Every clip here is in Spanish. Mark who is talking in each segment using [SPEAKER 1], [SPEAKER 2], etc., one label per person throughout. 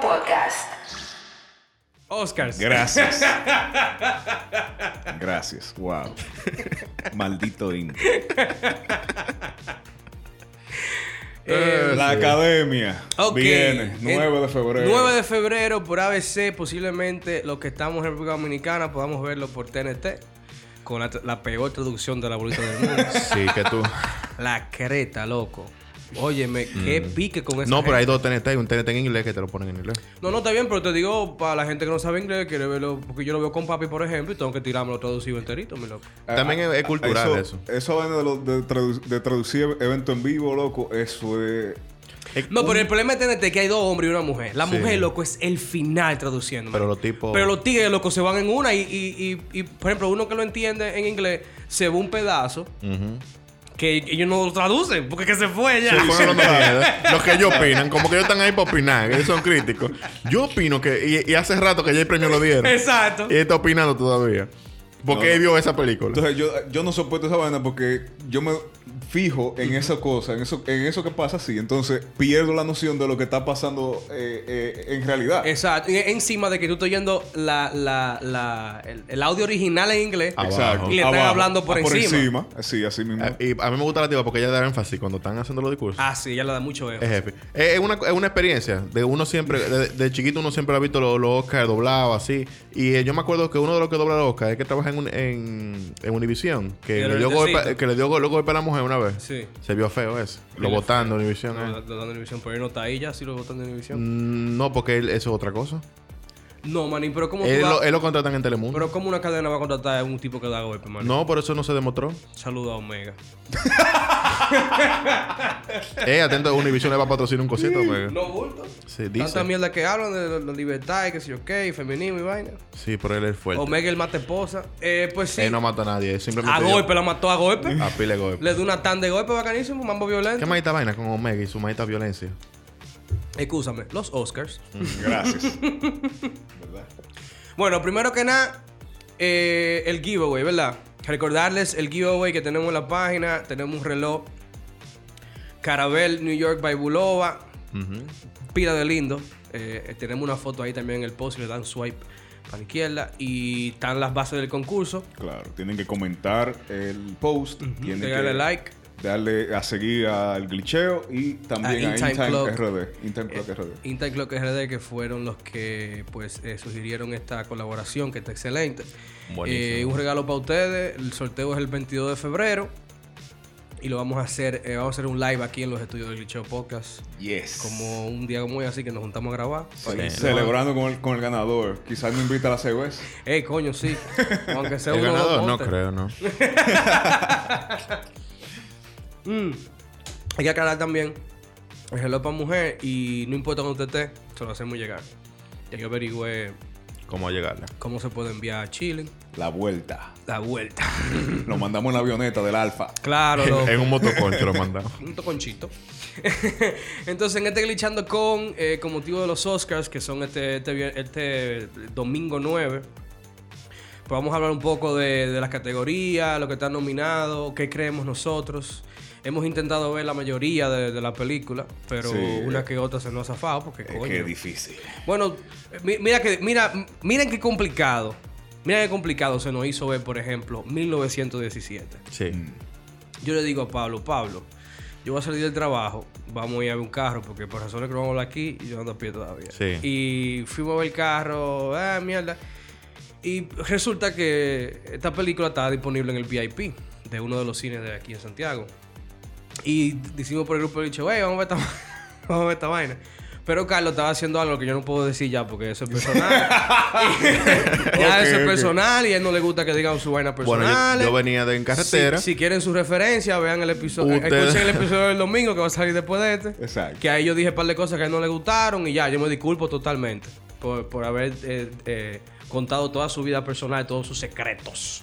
[SPEAKER 1] Podcast.
[SPEAKER 2] Oscars.
[SPEAKER 3] Gracias. Gracias. Wow. Maldito intro.
[SPEAKER 2] Eh,
[SPEAKER 3] La academia
[SPEAKER 2] ok.
[SPEAKER 3] viene
[SPEAKER 2] En-
[SPEAKER 3] 9 de febrero.
[SPEAKER 2] 9 de febrero por ABC. Posiblemente los que estamos en República Dominicana podamos verlo por TNT. Con la, tra- la peor traducción de la bolita del mundo.
[SPEAKER 4] Sí, que tú.
[SPEAKER 2] la creta, loco. Óyeme, qué
[SPEAKER 3] Mm.
[SPEAKER 2] pique con eso.
[SPEAKER 4] No, pero hay dos TNT. Hay un TNT en inglés que te lo ponen en inglés.
[SPEAKER 2] No, no, está bien, pero te digo, para la gente que no sabe inglés, quiere verlo, porque yo lo veo con papi, por ejemplo, y tengo que tirármelo traducido enterito, mi loco.
[SPEAKER 3] Ah,
[SPEAKER 4] También es- es
[SPEAKER 3] ah,
[SPEAKER 4] cultural eso.
[SPEAKER 3] Eso viene de, lo- de tradu- de traducir evento en vivo, loco. Eso es.
[SPEAKER 2] Eh, No, pero el problema de TNT es que hay dos hombres y una mujer. La
[SPEAKER 4] Sí.
[SPEAKER 2] mujer, loco, es el final traduciendo.
[SPEAKER 4] Pero
[SPEAKER 2] marico.
[SPEAKER 4] los tipos-
[SPEAKER 2] Pero los tigres, loco, se van en una y, y- y- y, por ejemplo, uno que lo entiende en inglés se ve un pedazo que ellos no lo traducen porque que se fue ya.
[SPEAKER 4] Se fueron los de mierda. Los que ellos opinan, como que ellos están ahí para opinar, que ellos son críticos. Yo opino que, y, y hace rato que ya el premio lo dieron.
[SPEAKER 2] Exacto.
[SPEAKER 4] Y él está opinando todavía. Porque
[SPEAKER 3] No.
[SPEAKER 4] él vio esa película.
[SPEAKER 3] Entonces yo, yo no soporto esa vaina porque yo me fijo en esa cosa, en eso, en eso que pasa así. Entonces pierdo la noción de lo que está pasando eh, eh, en realidad.
[SPEAKER 2] Exacto. Y encima de que tú estás oyendo la, la, la, el, el audio original en inglés.
[SPEAKER 4] Ah,
[SPEAKER 3] Exacto.
[SPEAKER 4] Y
[SPEAKER 2] le están
[SPEAKER 3] Abajo.
[SPEAKER 2] hablando por
[SPEAKER 3] Ah,
[SPEAKER 2] encima.
[SPEAKER 3] Sí, así mismo.
[SPEAKER 4] Ah, Y a mí me gusta la tipa porque ella da énfasis cuando están haciendo los discursos.
[SPEAKER 2] Ah, sí, ya le da mucho ego.
[SPEAKER 4] Es jefe. Eh, Es es una, es una experiencia. De uno siempre, de, de chiquito uno siempre ha visto los los Oscars doblados así. Y eh, yo me acuerdo que uno de los que dobla los Oscars es que trabaja en, un- en, en Univision. Que
[SPEAKER 2] Pero
[SPEAKER 4] le dio
[SPEAKER 2] el
[SPEAKER 4] golpe,
[SPEAKER 2] tecito.
[SPEAKER 4] que le dio go- lo golpe a la mujer una vez.
[SPEAKER 2] Sí.
[SPEAKER 4] Se vio feo eso. Lo botaron de Univision.
[SPEAKER 2] No,
[SPEAKER 4] eh.
[SPEAKER 2] lo dan de televisión, pero él no está ahí ya, sí lo botan de televisión.
[SPEAKER 4] Mm, No, porque él- eso es otra cosa.
[SPEAKER 2] No, manín, pero ¿cómo tú
[SPEAKER 4] Él
[SPEAKER 2] vas-
[SPEAKER 4] lo, él lo contratan en Telemundo.
[SPEAKER 2] Pero ¿cómo una cadena va a contratar a un tipo que da golpe, manín?
[SPEAKER 4] no, por eso no se demostró.
[SPEAKER 2] Saluda a Omega.
[SPEAKER 4] eh, atento, Univision le va a patrocinar un cosito. pero-
[SPEAKER 2] No bulto.
[SPEAKER 4] Sí,
[SPEAKER 2] Tanta
[SPEAKER 4] dice.
[SPEAKER 2] mierda que hablan de la- la libertad y que sé yo qué, y feminismo y vaina.
[SPEAKER 4] Sí, pero él es fuerte.
[SPEAKER 2] Omega el mate esposa. Eh, pues sí.
[SPEAKER 4] Él no mata a nadie. él
[SPEAKER 2] a
[SPEAKER 4] Simplemente yo-
[SPEAKER 2] golpe, la mató a golpe.
[SPEAKER 4] A pile de golpe.
[SPEAKER 2] Le dio una tan de golpe bacanísimo, mambo
[SPEAKER 4] ¿Qué
[SPEAKER 2] violento.
[SPEAKER 4] maldita vaina con Omega y su maldita violencia?
[SPEAKER 2] Excúsame, los Oscars.
[SPEAKER 3] Gracias. ¿Verdad?
[SPEAKER 2] Bueno, primero que nada, eh, el giveaway, ¿verdad? Recordarles el giveaway que tenemos en la página. Tenemos un reloj Carabel New York by Bulova. Pila de lindo. Eh, eh, tenemos una foto ahí también en el post. y Le dan swipe a la izquierda. Y están las bases del concurso.
[SPEAKER 3] Claro, tienen que comentar el post, tienen que
[SPEAKER 2] Pegarle like.
[SPEAKER 3] darle a seguir al glitcheo y también
[SPEAKER 2] A
[SPEAKER 3] a,
[SPEAKER 2] In Time
[SPEAKER 3] Intime
[SPEAKER 2] Clock. Eh,
[SPEAKER 3] RD. In Time Clock RD.
[SPEAKER 2] Intime Clock RD, que fueron los que pues eh, sugirieron esta colaboración, que está excelente.
[SPEAKER 4] Buenísimo.
[SPEAKER 2] Eh, un regalo para ustedes. El sorteo es el 22 de febrero. Y lo vamos a hacer, eh, vamos a hacer un live aquí en los estudios del Licheo Podcast.
[SPEAKER 3] Yes.
[SPEAKER 2] Como un día como hoy, así que nos juntamos a grabar.
[SPEAKER 3] Sí, Celebrando con el, con el ganador. Quizás no invita a la cerveza.
[SPEAKER 2] Ey, coño, sí. Aunque sea
[SPEAKER 4] El
[SPEAKER 2] uno o dos
[SPEAKER 4] ganador no
[SPEAKER 2] postres.
[SPEAKER 4] creo, no.
[SPEAKER 2] Mm. Hay que aclarar también el reloj para mujer y no importa dónde usted esté, se lo hacemos llegar. Ya yo averigüé
[SPEAKER 4] ¿Cómo llegarla?
[SPEAKER 2] cómo se puede enviar a Chile.
[SPEAKER 3] La vuelta.
[SPEAKER 2] La vuelta.
[SPEAKER 3] Lo mandamos en la avioneta del Alfa.
[SPEAKER 2] Claro, loco.
[SPEAKER 4] En un motoconcho lo mandamos.
[SPEAKER 2] un toconchito. Entonces, en este glitchando con, eh, con motivo de los Oscars, que son este, este, vier- este domingo 9, pues vamos a hablar un poco de, de las categorías, lo que está nominado, qué creemos nosotros. Hemos intentado ver la mayoría de, de la película, pero
[SPEAKER 3] Sí.
[SPEAKER 2] una que otra se nos ha zafado porque, coño.
[SPEAKER 3] difícil.
[SPEAKER 2] Bueno, mi- mira que mira, miren qué complicado. Mira qué complicado se nos hizo ver, por ejemplo, 1917.
[SPEAKER 4] Sí.
[SPEAKER 3] Mm.
[SPEAKER 2] Yo le digo a Pablo, Pablo, yo voy a salir del trabajo, vamos a ir a ver un carro, porque por razones que no vamos a hablar aquí, yo ando a pie todavía.
[SPEAKER 4] Sí.
[SPEAKER 2] Y fuimos a ver el carro, ah, mierda. Y resulta que esta película estaba disponible en el VIP de uno de los cines de aquí en Santiago. Y decimos por el grupo, dicho, wey, vamos a ver esta, vamos a ver esta vaina. Pero Carlos estaba haciendo algo que yo no puedo decir ya porque eso es personal. ya eso
[SPEAKER 3] Ok,
[SPEAKER 2] es
[SPEAKER 3] ok.
[SPEAKER 2] personal y a él no le gusta que digan su vaina
[SPEAKER 4] Bueno,
[SPEAKER 2] personal.
[SPEAKER 4] yo, yo venía de en carretera.
[SPEAKER 2] Si, si quieren su referencia, vean el episodio.
[SPEAKER 4] Ustedes-
[SPEAKER 2] Escuchen el episodio del domingo que va a salir después de este.
[SPEAKER 3] Exacto.
[SPEAKER 2] Que ahí yo dije un par de cosas que a él no le gustaron y ya, yo me disculpo totalmente por, por haber eh, eh, contado toda su vida personal, todos sus secretos.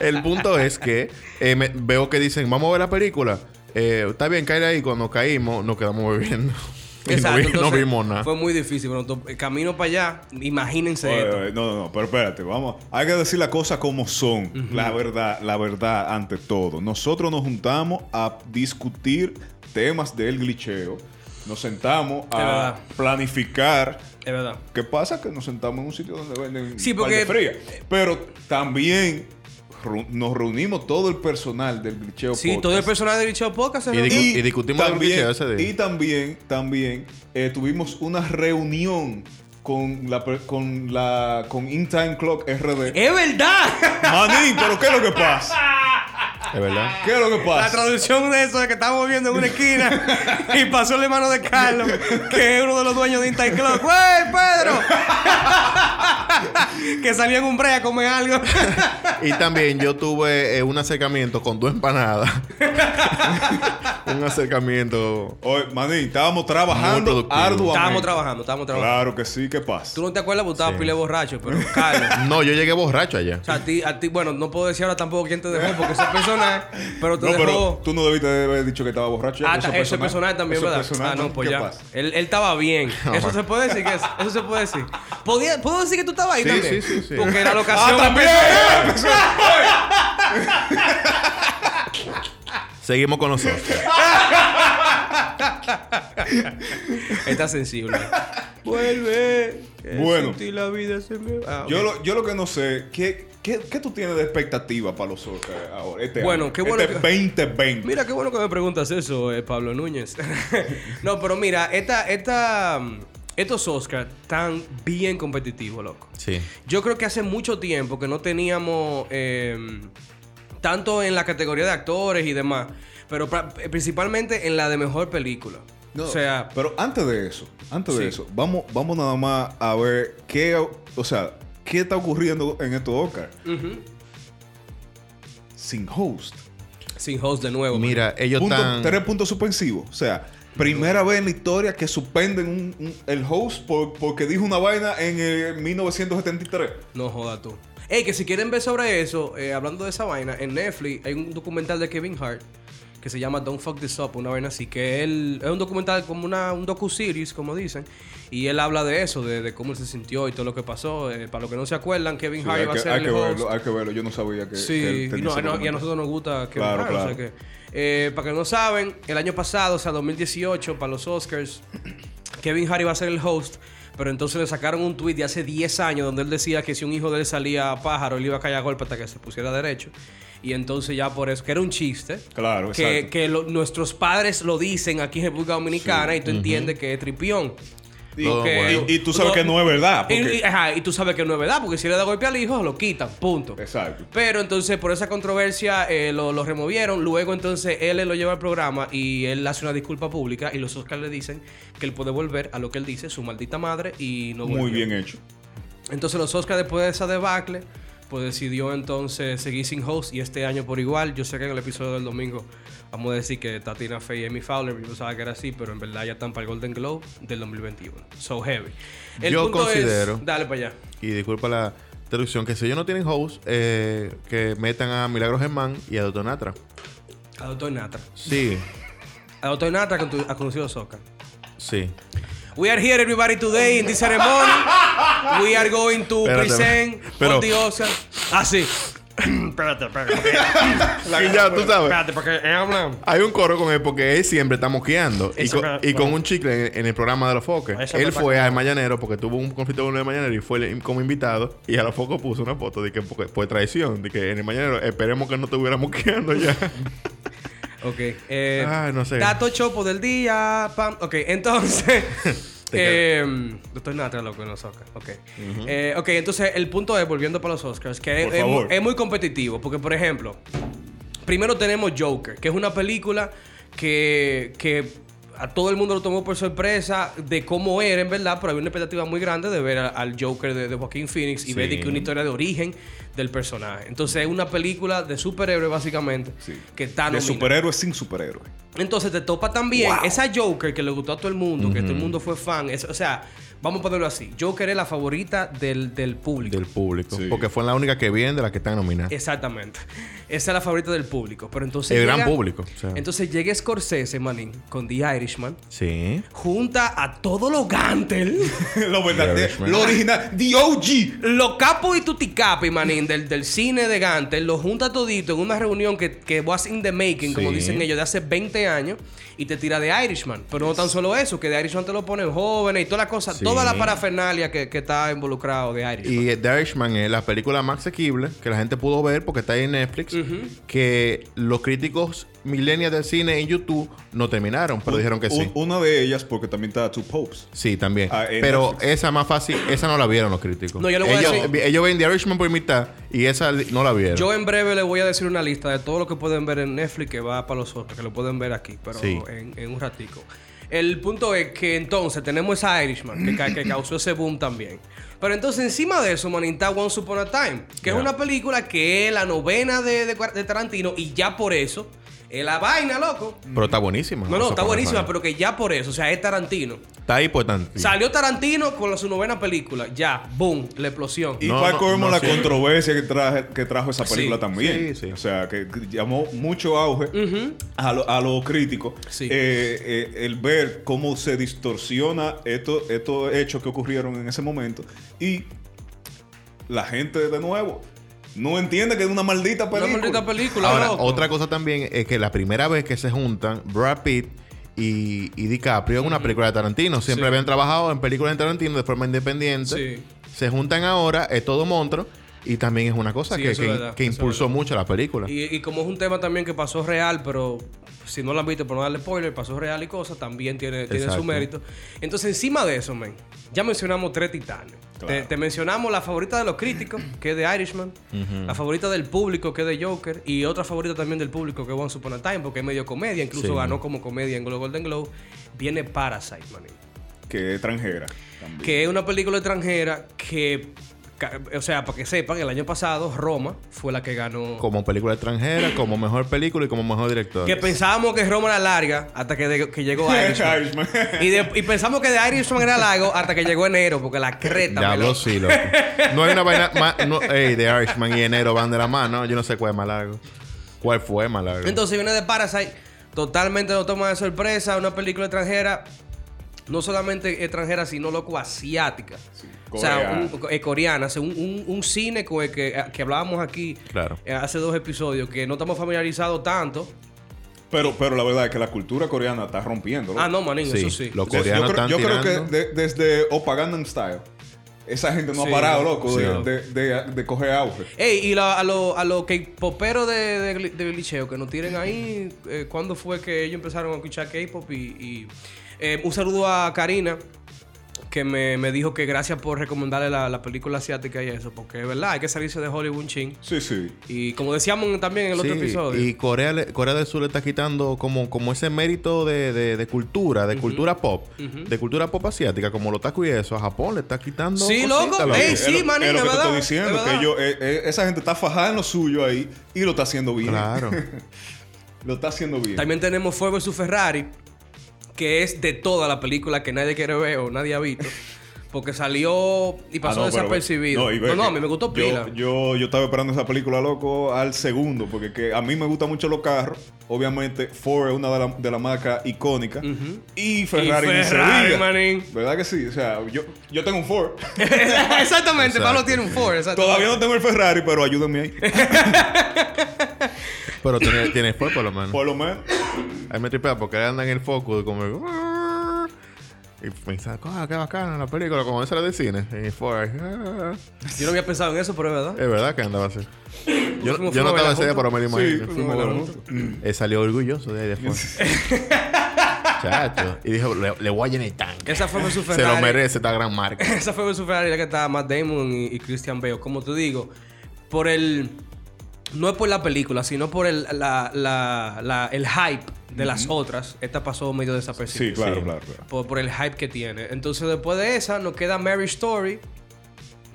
[SPEAKER 4] El punto es que eh, me- veo que dicen, vamos a ver la película. Eh, Está bien, caer ahí. Cuando caímos, nos quedamos bebiendo. Y no, vi- no
[SPEAKER 2] entonces,
[SPEAKER 4] vimos nada.
[SPEAKER 2] Fue muy difícil. Bueno, to- el camino para allá, imagínense esto.
[SPEAKER 3] no, no, no, pero espérate, vamos. Hay que decir las cosas como son. La verdad, la verdad ante todo. Nosotros nos juntamos a discutir temas del glitcheo Nos sentamos
[SPEAKER 2] Es
[SPEAKER 3] a
[SPEAKER 2] verdad.
[SPEAKER 3] planificar.
[SPEAKER 2] Es verdad.
[SPEAKER 3] ¿Qué pasa? Que nos sentamos en un sitio donde venden
[SPEAKER 2] Sí,
[SPEAKER 3] carne
[SPEAKER 2] porque- eh,
[SPEAKER 3] fría. Pero también ru- nos reunimos todo el personal del Glitcheo
[SPEAKER 2] Sí, todo el
[SPEAKER 3] Podcast.
[SPEAKER 2] personal de Bicheo Podcast se
[SPEAKER 4] Y
[SPEAKER 2] reunió.
[SPEAKER 4] discu- discutimos del
[SPEAKER 3] también,
[SPEAKER 4] Glitcheo ese día.
[SPEAKER 3] Y también, también eh, tuvimos una reunión con la per- con la con In Time Clock RD.
[SPEAKER 2] ¡Es verdad!
[SPEAKER 3] Manín, pero ¿qué es lo que pasa?
[SPEAKER 4] Es verdad.
[SPEAKER 3] ¿Qué es lo que
[SPEAKER 2] La
[SPEAKER 3] pasa?
[SPEAKER 2] traducción de eso es que estábamos viendo en una esquina y pasó el hermano de Carlos, que es uno de los dueños de Intel Club. ¡Wey, Pedro! que salía en un break a comer algo.
[SPEAKER 4] Y también yo tuve eh, un acercamiento con dos empanadas. un acercamiento.
[SPEAKER 3] Oye, Manín, estábamos trabajando
[SPEAKER 4] productivo.
[SPEAKER 3] arduamente.
[SPEAKER 2] estábamos trabajando, estábamos trabajando.
[SPEAKER 3] Claro que sí, ¿qué pasa?
[SPEAKER 2] Tú no te acuerdas porque estabas pile borracho, pero Carlos.
[SPEAKER 4] No, yo llegué borracho allá.
[SPEAKER 2] O sea, a ti, a ti, bueno, no puedo decir ahora tampoco quién te dejó porque ese personaje, pero te
[SPEAKER 3] No,
[SPEAKER 2] dejó.
[SPEAKER 3] pero tú no debiste de haber dicho que estaba borracho.
[SPEAKER 2] Ah,
[SPEAKER 3] Eso
[SPEAKER 2] ta-
[SPEAKER 3] es
[SPEAKER 2] eso es personal también,
[SPEAKER 3] Eso es
[SPEAKER 2] ¿verdad?
[SPEAKER 3] personal,
[SPEAKER 2] ah, no, pues
[SPEAKER 3] ¿Qué
[SPEAKER 2] ya.
[SPEAKER 3] pasa?
[SPEAKER 2] Él, él estaba bien. Eso se puede decir que es- eso se puede decir. Podía- ¿Puedo decir que tú estabas ahí
[SPEAKER 4] Sí,
[SPEAKER 2] también?
[SPEAKER 4] sí, sí, sí.
[SPEAKER 2] Porque era la
[SPEAKER 3] Ah,
[SPEAKER 2] ocasión.
[SPEAKER 4] Seguimos con nosotros.
[SPEAKER 2] Está sensible. Vuelve.
[SPEAKER 3] Bueno.
[SPEAKER 2] Sin ti la vida se me va.
[SPEAKER 3] Yo lo, yo lo que no sé, ¿qué, qué, qué tú tienes de expectativa para los Oscars ahora? Este
[SPEAKER 2] Bueno,
[SPEAKER 3] año?
[SPEAKER 2] qué bueno
[SPEAKER 3] Este
[SPEAKER 2] que-
[SPEAKER 3] 2020.
[SPEAKER 2] Mira, qué bueno que me preguntas eso, eh, Pablo Núñez. no, pero mira, esta, esta, mm, estos Oscars están bien competitivos, loco.
[SPEAKER 4] Sí.
[SPEAKER 2] Yo creo que hace mucho tiempo que no teníamos eh, tanto en la categoría de actores y demás, pero pra- eh, principalmente en la de mejor película.
[SPEAKER 3] No,
[SPEAKER 2] o sea,
[SPEAKER 3] pero antes de eso, antes de
[SPEAKER 2] Sí.
[SPEAKER 3] eso, vamos, vamos nada más a ver qué, o sea, qué está ocurriendo en estos Oscars.
[SPEAKER 2] ujú,
[SPEAKER 3] Sin host.
[SPEAKER 2] sin host de nuevo.
[SPEAKER 4] Mira, ellos
[SPEAKER 3] Punto-
[SPEAKER 4] están.
[SPEAKER 3] Tres puntos suspensivos. O sea, primera vez en la historia que suspenden un- un- el host por- porque dijo una vaina en el 1973.
[SPEAKER 2] No joda tú. Ey, que si quieren ver sobre eso, eh, hablando de esa vaina, en Netflix hay un documental de Kevin Hart que se llama Don't Fuck This Up, una vaina así, que él es un documental como una, un docu-series, como dicen, y él habla de eso, de, de cómo él se sintió y todo lo que pasó. Eh, para los que no se acuerdan, Kevin
[SPEAKER 3] Sí,
[SPEAKER 2] Hart
[SPEAKER 3] hay,
[SPEAKER 2] iba a
[SPEAKER 3] que,
[SPEAKER 2] ser
[SPEAKER 3] hay
[SPEAKER 2] el
[SPEAKER 3] que
[SPEAKER 2] host.
[SPEAKER 3] verlo, hay que verlo. Yo no sabía que. que él
[SPEAKER 2] Sí, y,
[SPEAKER 3] tenía
[SPEAKER 2] no, no, y a
[SPEAKER 3] ese documental.
[SPEAKER 2] nosotros nos gusta que
[SPEAKER 3] Claro,
[SPEAKER 2] ah, o sea
[SPEAKER 3] claro.
[SPEAKER 2] que, eh, para que no saben, el año pasado, o sea, 2018, para los Oscars, Kevin Hart iba a ser el host, pero entonces le sacaron un tweet de hace 10 años donde él decía que si un hijo de él salía a pájaro, él iba a caer a golpe hasta que se pusiera derecho. Y entonces ya por eso, que era un chiste.
[SPEAKER 3] Claro,
[SPEAKER 2] Que,
[SPEAKER 3] exacto.
[SPEAKER 2] que lo- nuestros padres lo dicen aquí en República Dominicana y tú entiendes que es tripión.
[SPEAKER 3] Y,
[SPEAKER 4] Todo
[SPEAKER 2] Que-
[SPEAKER 4] bueno.
[SPEAKER 3] y- y tú sabes que no es verdad.
[SPEAKER 2] Y,
[SPEAKER 3] Ah, porque-
[SPEAKER 2] y- ajá, y tú sabes que no es verdad, porque si le da golpe al hijo, lo quitan, punto.
[SPEAKER 3] Exacto.
[SPEAKER 2] Pero entonces por esa controversia eh, lo, lo removieron. Luego entonces él lo lleva al programa y él hace una disculpa pública y los Oscars le dicen que él puede volver a lo que él dice, su maldita madre, y no volvió.
[SPEAKER 3] Muy bien hecho.
[SPEAKER 2] Entonces los Oscars después de esa debacle, pues decidió entonces seguir sin host y este año por igual. Yo sé que en el episodio del domingo vamos a decir que Tatina Fey y Amy Fowler, yo pensaba que era así, pero en verdad ya están para el Golden Globe del 2021. So heavy.
[SPEAKER 4] Yo
[SPEAKER 2] punto es-
[SPEAKER 4] considero-
[SPEAKER 2] dale para allá.
[SPEAKER 4] Y disculpa la traducción, que si ellos no tienen host, eh, que metan a Milagros Germán y a Doctor Natra.
[SPEAKER 2] A Doctor Natra.
[SPEAKER 4] Sí,
[SPEAKER 2] A Doctor Natra con tu- ha conocido los Oscars.
[SPEAKER 4] sí.
[SPEAKER 2] We are here everybody today in this ceremony. We are going to
[SPEAKER 4] Espérate,
[SPEAKER 2] present
[SPEAKER 4] pero-
[SPEAKER 2] all the Oscar. Ah, sí. espérate, espérate. porque-
[SPEAKER 4] Y ya, tú sabes.
[SPEAKER 2] Espérate, porque habla.
[SPEAKER 4] Hay un coro con él porque él siempre está moqueando. Y
[SPEAKER 2] Eso me-
[SPEAKER 4] con, y con un chicle en, en el programa de los foques.
[SPEAKER 2] Eso me
[SPEAKER 4] Él fue al Mañanero porque tuvo un conflicto con el Mañanero y fue el- como invitado. Y a los focos puso una foto de que porque- fue traición. De que en el Mañanero esperemos que no estuviera moqueando ya.
[SPEAKER 2] Ok. Eh,
[SPEAKER 3] Ah,
[SPEAKER 4] Ay, no sé.
[SPEAKER 2] Dato chopo del día. Pam. Ok, entonces. eh, doctor Natra, loco, en los Oscars. Ok. Eh, ok, entonces el punto es, volviendo para los Oscars, que es,
[SPEAKER 3] Por
[SPEAKER 2] es mu-
[SPEAKER 3] favor.
[SPEAKER 2] es muy competitivo. Porque, por ejemplo, primero tenemos Joker, que es una película que. que a todo el mundo lo tomó por sorpresa de cómo era, en verdad, pero había una expectativa muy grande de ver a- al Joker de, de Joaquín Phoenix y ver de que una historia de origen del personaje. Entonces es una película de superhéroe, básicamente,
[SPEAKER 3] Sí.
[SPEAKER 2] que está
[SPEAKER 3] De
[SPEAKER 2] nominada.
[SPEAKER 3] superhéroe sin superhéroe.
[SPEAKER 2] Entonces te topa también esa Joker que le gustó a todo el mundo, que todo el mundo fue fan. Es- o sea, vamos a ponerlo así. Joker es la favorita del, del público.
[SPEAKER 4] Del público.
[SPEAKER 3] Sí.
[SPEAKER 2] Eh.
[SPEAKER 4] Porque fue la única que viene de las que están nominadas.
[SPEAKER 2] Exactamente. Esa es la favorita del público. Pero entonces.
[SPEAKER 4] El gran público, o sea.
[SPEAKER 2] Entonces llega Scorsese, manín, con The Irishman.
[SPEAKER 4] Sí.
[SPEAKER 2] Junta a todos los Gantel,
[SPEAKER 3] lo verdadero.
[SPEAKER 4] Irishman.
[SPEAKER 3] Lo original. The OG.
[SPEAKER 2] los capos y tuticapi, manín, del, del cine de Gantel, los junta todito en una reunión que, que was in the making, como
[SPEAKER 4] Sí.
[SPEAKER 2] dicen ellos, de hace 20 años, y te tira de Irishman. Pero no tan solo eso, que de Irishman te lo ponen jóvenes y toda la cosa,
[SPEAKER 4] Sí.
[SPEAKER 2] toda la parafernalia que, que está involucrado de Irishman.
[SPEAKER 4] Y The Irishman es la película más asequible que la gente pudo ver porque está ahí en Netflix. Que los críticos millennials del cine en YouTube no terminaron, pero dijeron que sí.
[SPEAKER 3] Un- Una de ellas, porque también está Two Popes.
[SPEAKER 4] Sí, también.
[SPEAKER 3] Ah, en
[SPEAKER 4] pero
[SPEAKER 3] Netflix.
[SPEAKER 4] esa más fácil, esa no la vieron los críticos.
[SPEAKER 2] No, yo le voy a
[SPEAKER 4] ellos,
[SPEAKER 2] decir-
[SPEAKER 4] ellos ven The Irishman por mitad y esa li- no la vieron.
[SPEAKER 2] Yo en breve les voy a decir una lista de todo lo que pueden ver en Netflix que va para los otros, que lo pueden ver aquí, pero
[SPEAKER 4] Sí.
[SPEAKER 2] en, en un ratico. El punto es que entonces tenemos esa Irishman que, ca- que causó ese boom también. Pero entonces encima de eso, Manita Once Upon a Time, que
[SPEAKER 4] Ya.
[SPEAKER 2] es una película que es la novena de, de Cuar- de Tarantino y ya por eso es la vaina, loco.
[SPEAKER 4] Pero está buenísima.
[SPEAKER 2] No, no,
[SPEAKER 4] Esa
[SPEAKER 2] está
[SPEAKER 4] cosa,
[SPEAKER 2] buenísima,
[SPEAKER 4] ¿sabes?
[SPEAKER 2] pero que ya por eso, o sea, es Tarantino.
[SPEAKER 4] Está pues, importante.
[SPEAKER 2] Salió Tarantino con la- su novena película, ya, boom, la explosión.
[SPEAKER 3] Y
[SPEAKER 4] No,
[SPEAKER 3] para
[SPEAKER 4] no,
[SPEAKER 3] colmo,
[SPEAKER 4] no,
[SPEAKER 3] la
[SPEAKER 4] sí.
[SPEAKER 3] controversia que, traje- que trajo esa película
[SPEAKER 2] Sí,
[SPEAKER 3] también.
[SPEAKER 4] sí, sí.
[SPEAKER 3] O sea, que que llamó mucho auge a los críticos.
[SPEAKER 2] Sí.
[SPEAKER 3] eh, el ver cómo se distorsiona esto- estos hechos que ocurrieron en ese momento. Y la gente, de nuevo, no entiende que es una maldita
[SPEAKER 2] Una
[SPEAKER 3] película.
[SPEAKER 2] maldita película,
[SPEAKER 4] Ahora,
[SPEAKER 2] loco.
[SPEAKER 4] otra cosa también es que la primera vez que se juntan Brad Pitt y, y DiCaprio en una película de Tarantino. Siempre
[SPEAKER 2] Sí.
[SPEAKER 4] habían trabajado en películas de Tarantino de forma independiente.
[SPEAKER 2] Sí.
[SPEAKER 4] Se juntan ahora, es todo monstruo. Y también es una cosa
[SPEAKER 2] Sí,
[SPEAKER 4] que,
[SPEAKER 2] eso
[SPEAKER 4] que-
[SPEAKER 2] es verdad,
[SPEAKER 4] que
[SPEAKER 2] eso es
[SPEAKER 4] impulsó
[SPEAKER 2] verdad.
[SPEAKER 4] mucho la película.
[SPEAKER 2] Y, y como es un tema también que pasó real, pero si no lo han visto, por no darle spoiler, pasó real y cosas, también tiene, tiene su
[SPEAKER 4] Exacto.
[SPEAKER 2] mérito. Entonces, encima de eso, men, ya mencionamos tres titanes. Te-
[SPEAKER 3] Claro.
[SPEAKER 2] Te, mencionamos la favorita de los críticos, que es de Irishman, la favorita del público, que es de Joker, y otra favorita también del público, que es Once Upon a Time, porque es medio comedia, incluso
[SPEAKER 4] Sí.
[SPEAKER 2] ganó como comedia en los Golden Globe. Viene Parasite, man.
[SPEAKER 3] Que es extranjera. También.
[SPEAKER 2] Que es una película extranjera que, ca- o sea, para que sepan, el año pasado Roma fue la que ganó
[SPEAKER 4] Como película extranjera, como mejor película y como mejor director.
[SPEAKER 2] Que pensábamos que Roma era larga hasta que, de- que llegó Irishman.
[SPEAKER 3] Irishman.
[SPEAKER 2] y, de- y pensamos que de Irishman era largo hasta que llegó enero, porque la creta. me
[SPEAKER 4] Diablo,
[SPEAKER 2] lo-
[SPEAKER 4] sí, loco. No hay una vaina más. No, ey, The Irishman y enero van de la mano. Yo no sé cuál es más largo. ¿Cuál fue más largo?
[SPEAKER 2] Entonces viene de Parasite, totalmente nos toma de sorpresa, una película extranjera, no solamente extranjera, sino loco asiática. O sea,
[SPEAKER 3] Corea.
[SPEAKER 2] un- eh, coreana, o sea, un, un- un cine con el que, eh, que hablábamos aquí
[SPEAKER 4] Claro.
[SPEAKER 2] eh, hace dos episodios, que no estamos familiarizados tanto.
[SPEAKER 3] pero, pero la verdad es que la cultura coreana está rompiendo.
[SPEAKER 2] Ah, no, manín,
[SPEAKER 4] Sí,
[SPEAKER 2] eso sí.
[SPEAKER 4] lo- Los
[SPEAKER 3] Yo- yo
[SPEAKER 4] coreanos
[SPEAKER 3] creo-
[SPEAKER 4] están
[SPEAKER 3] yo, creo,
[SPEAKER 4] tirando.
[SPEAKER 3] que de- desde Opagandan Style, esa gente no
[SPEAKER 2] Sí.
[SPEAKER 3] ha parado, loco,
[SPEAKER 4] Sí,
[SPEAKER 3] de,
[SPEAKER 4] loco.
[SPEAKER 3] de, de- de coger auge.
[SPEAKER 2] Ey, y la- a los a lo K-poperos de, de, gli- de glitcheo que nos tiren ahí, eh, ¿cuándo fue que ellos empezaron a escuchar K-pop? Y, y, eh, un saludo a Karina, que me, me dijo que gracias por recomendarle la, la película asiática y eso, porque es verdad, hay que salirse de Hollywood un chin.
[SPEAKER 3] Sí, sí.
[SPEAKER 2] Y como decíamos también en el otro
[SPEAKER 4] Sí,
[SPEAKER 2] episodio.
[SPEAKER 4] Y Corea, le- Corea del Sur le está quitando como, como ese mérito de, de- de cultura, de cultura pop, de cultura pop asiática, como los tacos y eso. A Japón le está quitando.
[SPEAKER 2] Sí,
[SPEAKER 4] cositas,
[SPEAKER 2] loco. Ey,
[SPEAKER 3] Es
[SPEAKER 2] sí,
[SPEAKER 3] lo- es
[SPEAKER 2] manín,
[SPEAKER 3] lo
[SPEAKER 2] es
[SPEAKER 3] que
[SPEAKER 2] verdad,
[SPEAKER 3] te estoy diciendo,
[SPEAKER 2] es
[SPEAKER 3] que
[SPEAKER 2] verdad.
[SPEAKER 3] ellos, eh, eh, esa gente está fajada en lo suyo ahí y lo está haciendo bien.
[SPEAKER 4] Claro.
[SPEAKER 3] lo está haciendo bien.
[SPEAKER 2] También tenemos Ford vs Ferrari, que es de toda la película que nadie quiere ver o nadie ha visto. Porque salió y
[SPEAKER 3] Ah,
[SPEAKER 2] pasó
[SPEAKER 3] no, pero-
[SPEAKER 2] desapercibido.
[SPEAKER 3] y ve
[SPEAKER 2] No, no,
[SPEAKER 3] que
[SPEAKER 2] a mí me gustó
[SPEAKER 3] yo-
[SPEAKER 2] pila.
[SPEAKER 3] Yo, yo estaba esperando esa película, loco, al segundo, porque que a mí me gustan mucho los carros. Obviamente, Ford es una de las de la marcas icónicas. Y Ferrari, ni se
[SPEAKER 2] Ferrari,
[SPEAKER 3] diga.
[SPEAKER 2] manín.
[SPEAKER 3] ¿Verdad que sí? O sea, yo, yo tengo un Ford.
[SPEAKER 2] exactamente,
[SPEAKER 4] Exacto.
[SPEAKER 2] Pablo tiene un Ford. exacto.
[SPEAKER 3] Todavía no tengo el Ferrari, pero ayúdenme ahí.
[SPEAKER 4] Pero tiene, tiene fue por lo menos.
[SPEAKER 3] Por lo menos.
[SPEAKER 4] Ahí me tripea porque ahí andan en el foco como. "Ah". Y pensaba, ah, qué bacano la película, como esa era de cine. Y fue, ah,
[SPEAKER 2] Yo no había pensado en eso, pero es verdad.
[SPEAKER 4] es verdad que andaba así. Yo,
[SPEAKER 2] Fuimos-
[SPEAKER 4] yo
[SPEAKER 2] fuimos a
[SPEAKER 4] no estaba
[SPEAKER 2] bailar
[SPEAKER 4] en serio,
[SPEAKER 2] juntos.
[SPEAKER 4] pero me lo imagino.
[SPEAKER 3] fuimos a bailar juntos.
[SPEAKER 4] Él Eh, salió orgulloso de ahí después. Chacho. Y dijo, le, le voy a llenar el tanque.
[SPEAKER 2] Esa fue su
[SPEAKER 4] Se
[SPEAKER 2] Ferrari.
[SPEAKER 4] lo merece esta gran marca.
[SPEAKER 2] Esa fue su Ferrari la que estaba Matt Damon y, y Christian Bale. Como te digo, por el. No es por la película, sino por el, la- la- la- el hype de las otras. Esta pasó medio desapercibida.
[SPEAKER 3] Sí, claro, claro, claro.
[SPEAKER 2] por, por el hype que tiene. Entonces, después de esa, nos queda Marriage Story,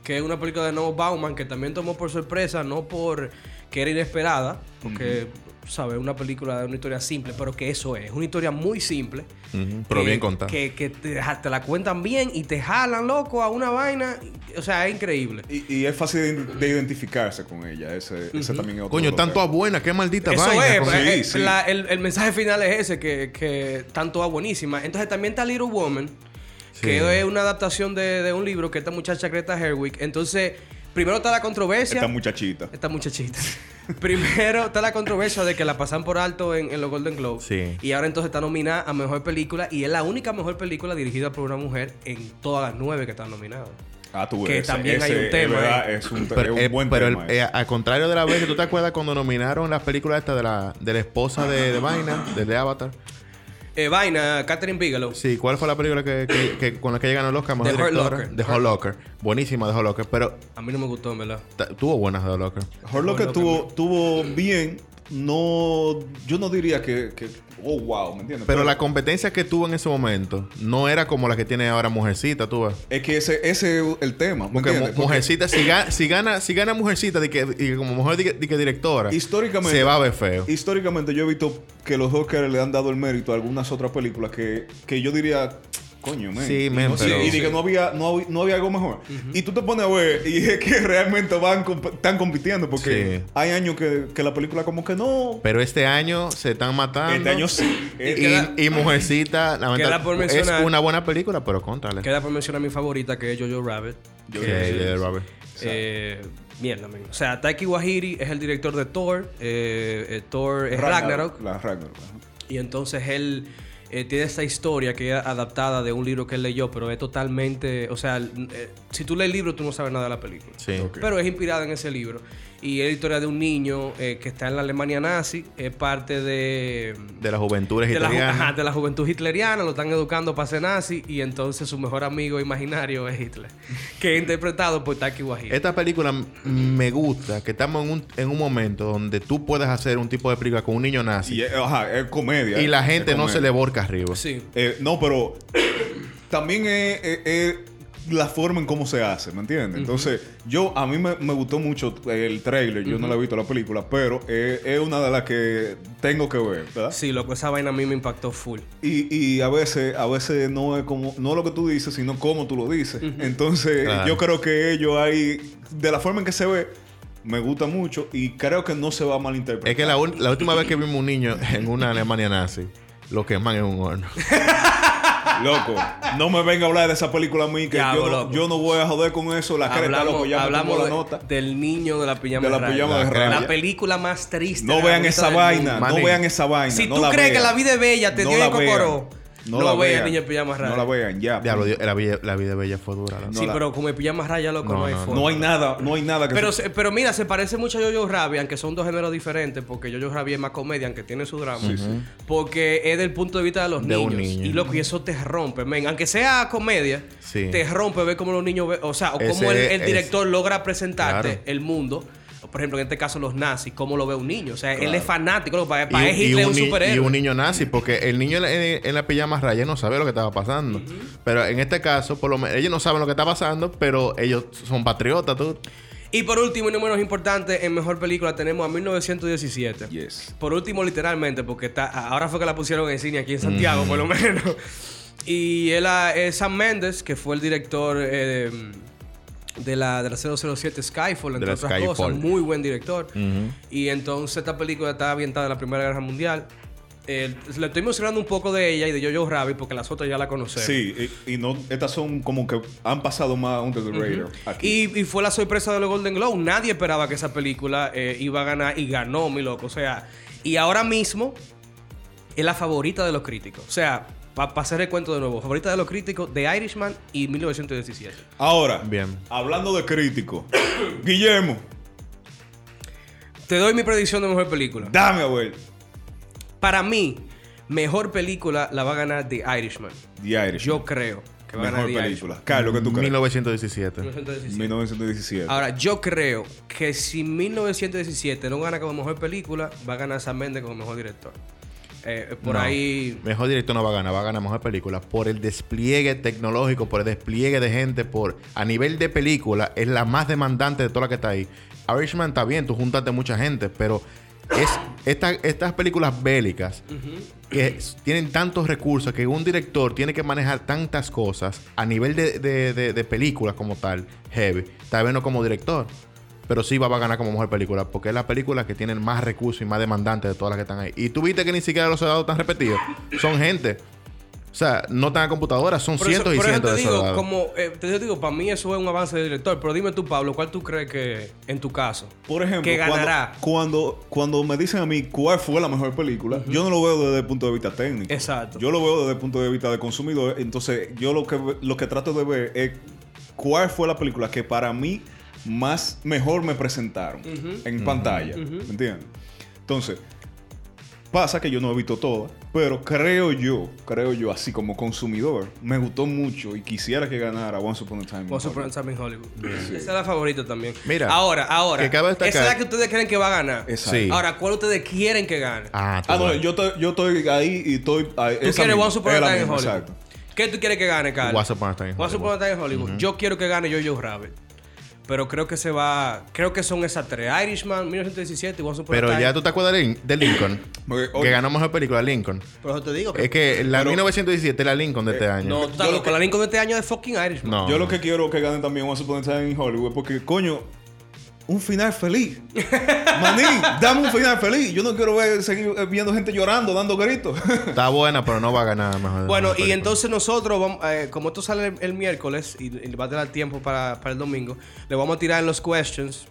[SPEAKER 2] que es una película de Noah Bauman que también tomó por sorpresa, no por que era inesperada, porque tú sabes, una película de una historia simple, pero que eso es, una historia muy simple.
[SPEAKER 4] Ujú, pero
[SPEAKER 2] que-
[SPEAKER 4] bien contada.
[SPEAKER 2] Que, que te, ja- te la cuentan bien y te jalan, loco, a una vaina. O sea, es increíble.
[SPEAKER 3] Y, y es fácil de, de identificarse con ella. Ese, ese también es otro
[SPEAKER 4] Coño,
[SPEAKER 3] bloque.
[SPEAKER 4] tanto a buena, qué maldita
[SPEAKER 2] Eso
[SPEAKER 4] vaina.
[SPEAKER 2] es,
[SPEAKER 4] con-
[SPEAKER 3] Sí,
[SPEAKER 2] eh, eh,
[SPEAKER 3] sí.
[SPEAKER 2] la- el, el mensaje final es ese, que, que tanto va buenísima. Entonces también está Little Woman,
[SPEAKER 4] Sí.
[SPEAKER 2] que es una adaptación de, de un libro que esta muchacha Greta Herwig. Entonces, primero está la controversia.
[SPEAKER 3] Esta muchachita.
[SPEAKER 2] Esta muchachita. Primero está la controversia de que la pasan por alto en, en los Golden Globes.
[SPEAKER 4] Sí.
[SPEAKER 2] Y ahora entonces está nominada a Mejor Película y es la única Mejor Película dirigida por una mujer en todas las nueve que están nominadas.
[SPEAKER 3] Ah, tú
[SPEAKER 2] Que
[SPEAKER 3] ves.
[SPEAKER 2] también hay un
[SPEAKER 3] es
[SPEAKER 2] tema,
[SPEAKER 3] verdad,
[SPEAKER 2] eh.
[SPEAKER 3] Es un, te-
[SPEAKER 4] Pero,
[SPEAKER 3] es un
[SPEAKER 4] eh,
[SPEAKER 3] buen
[SPEAKER 4] pero
[SPEAKER 3] tema.
[SPEAKER 4] el- eh, al contrario de la vez que tú te acuerdas cuando nominaron las películas esta de la, de la esposa de, de Vaina, del de Avatar.
[SPEAKER 2] Eh, Vaina, Catherine Bigelow.
[SPEAKER 4] Sí, ¿cuál fue la película que, que- que- con la que llegaron el Oscar? Mejor
[SPEAKER 2] The Hurt
[SPEAKER 4] directora.
[SPEAKER 2] Locker.
[SPEAKER 4] The Hurt Locker. Buenísima The Hurt Locker, pero
[SPEAKER 2] A mí no me gustó, en verdad.
[SPEAKER 4] ta- tuvo buenas The Hurt Locker.
[SPEAKER 3] Horlock
[SPEAKER 2] Bueno,
[SPEAKER 3] tuvo, tuvo bien. No, yo no diría que, que- oh wow, ¿me entiendes?
[SPEAKER 4] Pero la competencia que tuvo en ese momento no era como la que tiene ahora Mujercita, tú ves.
[SPEAKER 3] es que ese, ese es el tema, ¿me
[SPEAKER 4] Porque
[SPEAKER 3] entiendes?
[SPEAKER 4] mu-
[SPEAKER 3] Porque
[SPEAKER 4] Mujercita, si, ga- si gana, si gana Mujercita de que, y como mujer de que, de que directora,
[SPEAKER 3] Históricamente-
[SPEAKER 4] se va a ver feo.
[SPEAKER 3] históricamente yo he visto que los Oscars le han dado el mérito a algunas otras películas que, que yo diría, coño, man.
[SPEAKER 4] Sí,
[SPEAKER 3] Y
[SPEAKER 4] men,
[SPEAKER 3] no sé,
[SPEAKER 4] pero-
[SPEAKER 3] y dije, no había, no, hab- no había algo mejor. Y tú te pones a ver y es que realmente van comp- están compitiendo porque
[SPEAKER 4] Sí.
[SPEAKER 3] hay años que, que la película como que no.
[SPEAKER 4] Pero este año se están matando.
[SPEAKER 3] Este año sí.
[SPEAKER 4] Y,
[SPEAKER 3] Este-
[SPEAKER 4] y Mujercita, lamenta-
[SPEAKER 2] queda por
[SPEAKER 4] es
[SPEAKER 2] mencionar-
[SPEAKER 4] una buena película, pero contrale.
[SPEAKER 2] Queda por mencionar mi favorita, que es Jojo Rabbit.
[SPEAKER 4] Sí,
[SPEAKER 2] Que-
[SPEAKER 4] de Robert.
[SPEAKER 2] Eh, mierda, man. O sea, Taiki Wahiri es el director de Thor. eh, eh, Thor es Ragnarok.
[SPEAKER 3] La Ragnarok. ajá.
[SPEAKER 2] Y entonces él eh, tiene esta historia que es adaptada de un libro que él leyó, pero es totalmente. O sea, n- eh, si tú lees el libro, tú no sabes nada de la película.
[SPEAKER 4] Sí.
[SPEAKER 3] Ok.
[SPEAKER 2] Pero es inspirada en ese libro. Y es la historia de un niño eh, que está en la Alemania nazi, es parte de.
[SPEAKER 4] De las juventudes
[SPEAKER 2] de la, ju-
[SPEAKER 4] italianas.
[SPEAKER 2] ajá, de la juventud hitleriana, lo están educando para ser nazi y entonces su mejor amigo imaginario es Hitler, que es interpretado por Taki Wahiri.
[SPEAKER 4] Esta película m- me gusta que estamos en un, en un momento donde tú puedes hacer un tipo de película con un niño nazi
[SPEAKER 3] Y
[SPEAKER 4] y,
[SPEAKER 3] es, eh, ajá, es comedia.
[SPEAKER 4] la
[SPEAKER 3] Es
[SPEAKER 4] gente no
[SPEAKER 3] comedia.
[SPEAKER 4] se le borca arriba.
[SPEAKER 2] Sí.
[SPEAKER 3] Eh, no, pero también es, es- es la forma en cómo se hace, ¿me entiendes? Entonces, yo, a mí me, me gustó mucho el trailer, yo no la he visto la película, pero eh, es una de las que tengo que ver, ¿verdad?
[SPEAKER 2] Sí, loco, esa vaina a mí me impactó full.
[SPEAKER 3] Y, y a veces, a veces no es como, no lo que tú dices, sino cómo tú lo dices. Entonces,
[SPEAKER 4] Claro.
[SPEAKER 3] yo creo que ellos ahí, de la forma en que se ve, me gusta mucho y creo que no se va a malinterpretar.
[SPEAKER 4] Es que la, un- la última vez que vimos un niño en una Alemania nazi, lo queman en un horno.
[SPEAKER 3] Loco, no me venga a hablar de esa película a mí, que
[SPEAKER 2] Ya,
[SPEAKER 3] yo, no,
[SPEAKER 2] loco.
[SPEAKER 3] yo no voy a joder con eso. La creta, loco, ya me
[SPEAKER 2] hablamos
[SPEAKER 3] tomó
[SPEAKER 2] de-
[SPEAKER 3] la nota.
[SPEAKER 2] del niño de la pijama
[SPEAKER 3] De la
[SPEAKER 2] raya.
[SPEAKER 3] pijama
[SPEAKER 4] de
[SPEAKER 2] La-
[SPEAKER 3] raya.
[SPEAKER 2] La película más triste.
[SPEAKER 3] No
[SPEAKER 2] de la
[SPEAKER 3] vean
[SPEAKER 2] bonita
[SPEAKER 3] esa
[SPEAKER 2] del
[SPEAKER 3] vaina,
[SPEAKER 2] mundo.
[SPEAKER 4] mundo.
[SPEAKER 3] no
[SPEAKER 4] Maní.
[SPEAKER 3] vean esa vaina.
[SPEAKER 2] Si
[SPEAKER 3] no
[SPEAKER 2] tú
[SPEAKER 3] la
[SPEAKER 2] crees que
[SPEAKER 3] vean.
[SPEAKER 2] la vida es bella, te dio el
[SPEAKER 3] vean.
[SPEAKER 2] cocoró. No
[SPEAKER 3] la
[SPEAKER 2] vean Niño en Pijama Raya.
[SPEAKER 3] No la vean, ya.
[SPEAKER 4] Diablo, Dios, la vida, la vida bella fue dura. la-
[SPEAKER 3] No
[SPEAKER 2] sí,
[SPEAKER 3] la-
[SPEAKER 2] pero como el pijama raya, loco,
[SPEAKER 4] No,
[SPEAKER 2] no, hay
[SPEAKER 4] no, no.
[SPEAKER 2] forma.
[SPEAKER 3] No hay nada, no hay nada que
[SPEAKER 2] Pero, se- pero mira, se parece mucho a Jojo Rabbit, aunque son dos géneros diferentes, porque Jojo Rabbit es más comedia, aunque tiene su drama. Porque es del punto de vista de los
[SPEAKER 4] De un
[SPEAKER 2] niños.
[SPEAKER 4] niño.
[SPEAKER 2] Y loco, y eso te rompe, men. Aunque sea comedia,
[SPEAKER 4] Sí.
[SPEAKER 2] te rompe ver cómo los niños, ve- o sea, o
[SPEAKER 4] Ese
[SPEAKER 2] cómo el,
[SPEAKER 4] es-
[SPEAKER 2] el director logra presentarte
[SPEAKER 4] Claro.
[SPEAKER 2] el mundo. Por ejemplo, en este caso, los nazis, cómo lo ve un niño. O sea, él
[SPEAKER 3] Claro.
[SPEAKER 2] es fanático, loco, para,
[SPEAKER 4] Y,
[SPEAKER 2] para él
[SPEAKER 4] un- y
[SPEAKER 2] Hitler es
[SPEAKER 4] un
[SPEAKER 2] un
[SPEAKER 4] ni-
[SPEAKER 2] superhéroe.
[SPEAKER 4] y un niño nazi, porque el niño en, en- en la pijama raya no sabe lo que estaba pasando. Pero en este caso, por lo menos, ellos no saben lo que está pasando, pero ellos son patriotas, tú.
[SPEAKER 2] Y por último, y no menos importante, en mejor película tenemos a 1917.
[SPEAKER 3] Yes.
[SPEAKER 2] Por último, literalmente, porque está, ahora fue que la pusieron en cine aquí en Santiago, por lo menos. Y él ah, es Sam Mendes, que fue el director eh, de, la, de la 007 Skyfall, entre
[SPEAKER 4] la
[SPEAKER 2] otras
[SPEAKER 4] Skyfall.
[SPEAKER 2] cosas. Muy buen director. Y entonces esta película está ambientada en la Primera Guerra Mundial. Eh, le estoy mencionando un poco de ella y de Jojo Rabbit porque las otras ya la conocemos.
[SPEAKER 3] Sí, y, y no, estas son como que han pasado más under the radar aquí.
[SPEAKER 2] Y, y fue la sorpresa de los Golden Globes. Nadie esperaba que esa película eh, iba a ganar y ganó, mi loco. O sea, y ahora mismo es la favorita de los críticos. O sea, para hacer el cuento de nuevo, favorita de los críticos de Irishman y 1917.
[SPEAKER 3] Ahora,
[SPEAKER 4] Bien.
[SPEAKER 3] hablando de crítico, Guillermo,
[SPEAKER 2] Te doy mi predicción de mejor película.
[SPEAKER 3] dame, abuelo.
[SPEAKER 2] Para mí, mejor película la va a ganar The Irishman.
[SPEAKER 3] The Irish.
[SPEAKER 2] Yo creo que va a
[SPEAKER 3] mejor
[SPEAKER 2] ganar The
[SPEAKER 3] película. Carlos, ¿qué tú crees?
[SPEAKER 4] 1917.
[SPEAKER 2] 1917.
[SPEAKER 3] 1917.
[SPEAKER 2] Ahora, yo creo que si 1917 no gana como mejor película, va a ganar Sam Mendes como mejor director. Eh, por
[SPEAKER 4] No.
[SPEAKER 2] ahí.
[SPEAKER 4] Mejor director no va a ganar, va a ganar mejor película. Por el despliegue tecnológico, por el despliegue de gente, por a nivel de película, es la más demandante de toda la que está ahí. Irishman está bien, tú juntaste mucha gente, pero es esta- estas películas bélicas que s- tienen tantos recursos que un director tiene que manejar tantas cosas a nivel de, de, de- de películas como tal, heavy. Tal vez no como director, pero sí va va a ganar como mejor película porque es la película que tienen más recursos y más demandantes de todas las que están ahí. Y tú viste que ni siquiera los soldados están repetidos. Son gente. O sea, no están computadoras, son
[SPEAKER 2] Por eso,
[SPEAKER 4] cientos y
[SPEAKER 2] por eso
[SPEAKER 4] cientos
[SPEAKER 2] te
[SPEAKER 4] de
[SPEAKER 2] digo,
[SPEAKER 4] soldados.
[SPEAKER 2] como, eh, te yo digo, para mí eso es un avance de director. Pero dime tú, Pablo, ¿cuál tú crees que, en tu caso,
[SPEAKER 3] Por ejemplo,
[SPEAKER 2] que
[SPEAKER 3] cuando-
[SPEAKER 2] ganará?
[SPEAKER 3] Cuando, cuando, me dicen a mí cuál fue la mejor película, yo no lo veo desde el punto de vista técnico.
[SPEAKER 2] Exacto.
[SPEAKER 3] Yo lo veo desde el punto de vista de consumidor. Entonces, yo lo que, ve- lo que trato de ver es cuál fue la película que para mí más mejor me presentaron en pantalla. ¿Me entiendes? Entonces, Pasa que yo no he visto todas, pero creo yo, creo yo, así como consumidor, me gustó mucho y quisiera que ganara Once Upon a Time. in
[SPEAKER 2] Once Upon a
[SPEAKER 3] Hollywood.
[SPEAKER 2] Time in Hollywood. Esa es la favorita también.
[SPEAKER 4] Mira,
[SPEAKER 2] ahora, ahora.
[SPEAKER 4] que cabe destacar-
[SPEAKER 2] esa es la que ustedes creen que va a ganar.
[SPEAKER 3] Exacto.
[SPEAKER 4] Sí.
[SPEAKER 2] Ahora, ¿cuál ustedes quieren que gane?
[SPEAKER 4] Ah, tú
[SPEAKER 3] Ah, no,
[SPEAKER 4] ves.
[SPEAKER 3] yo, estoy- yo estoy ahí y estoy. ahí,
[SPEAKER 2] ¿Tú
[SPEAKER 3] esa
[SPEAKER 2] quieres
[SPEAKER 3] misma,
[SPEAKER 2] Once Upon a
[SPEAKER 3] es la
[SPEAKER 2] Time in
[SPEAKER 3] misma,
[SPEAKER 2] Hollywood?
[SPEAKER 3] Exacto.
[SPEAKER 2] ¿Qué tú quieres que gane, Carlos?
[SPEAKER 4] Once Upon a Time in
[SPEAKER 2] Once Upon a
[SPEAKER 4] Hollywood.
[SPEAKER 2] Time in Hollywood. Yo quiero que gane Jojo Rabbit. Pero creo que se va... Creo que son esas tres. Irishman, 1917 y Once Upon
[SPEAKER 4] Pero
[SPEAKER 2] a Time.
[SPEAKER 4] ya tú te acuerdas de Lin- de Lincoln.
[SPEAKER 3] Porque,
[SPEAKER 4] que
[SPEAKER 3] oye,
[SPEAKER 4] ganó mejor película, Lincoln.
[SPEAKER 2] Por eso te digo que...
[SPEAKER 4] Es que la
[SPEAKER 3] Pero-
[SPEAKER 4] 1917 es la Lincoln de este año.
[SPEAKER 2] no, tú estás
[SPEAKER 3] yo lo
[SPEAKER 2] loco.
[SPEAKER 3] que-
[SPEAKER 2] La Lincoln de este año es fucking Irishman.
[SPEAKER 4] No.
[SPEAKER 3] Yo lo que quiero que gane también Once Upon a Time in Hollywood porque, coño, un final feliz. Maní, dame un final feliz. Yo no quiero ver, seguir viendo gente llorando, dando gritos.
[SPEAKER 4] Está buena, pero no va a ganar
[SPEAKER 2] Bueno,
[SPEAKER 4] mejor. mejor
[SPEAKER 2] y
[SPEAKER 4] película.
[SPEAKER 2] entonces nosotros, vamos, eh, como esto sale el, el miércoles y, y va a tener tiempo para, para el domingo, le vamos a tirar en los questions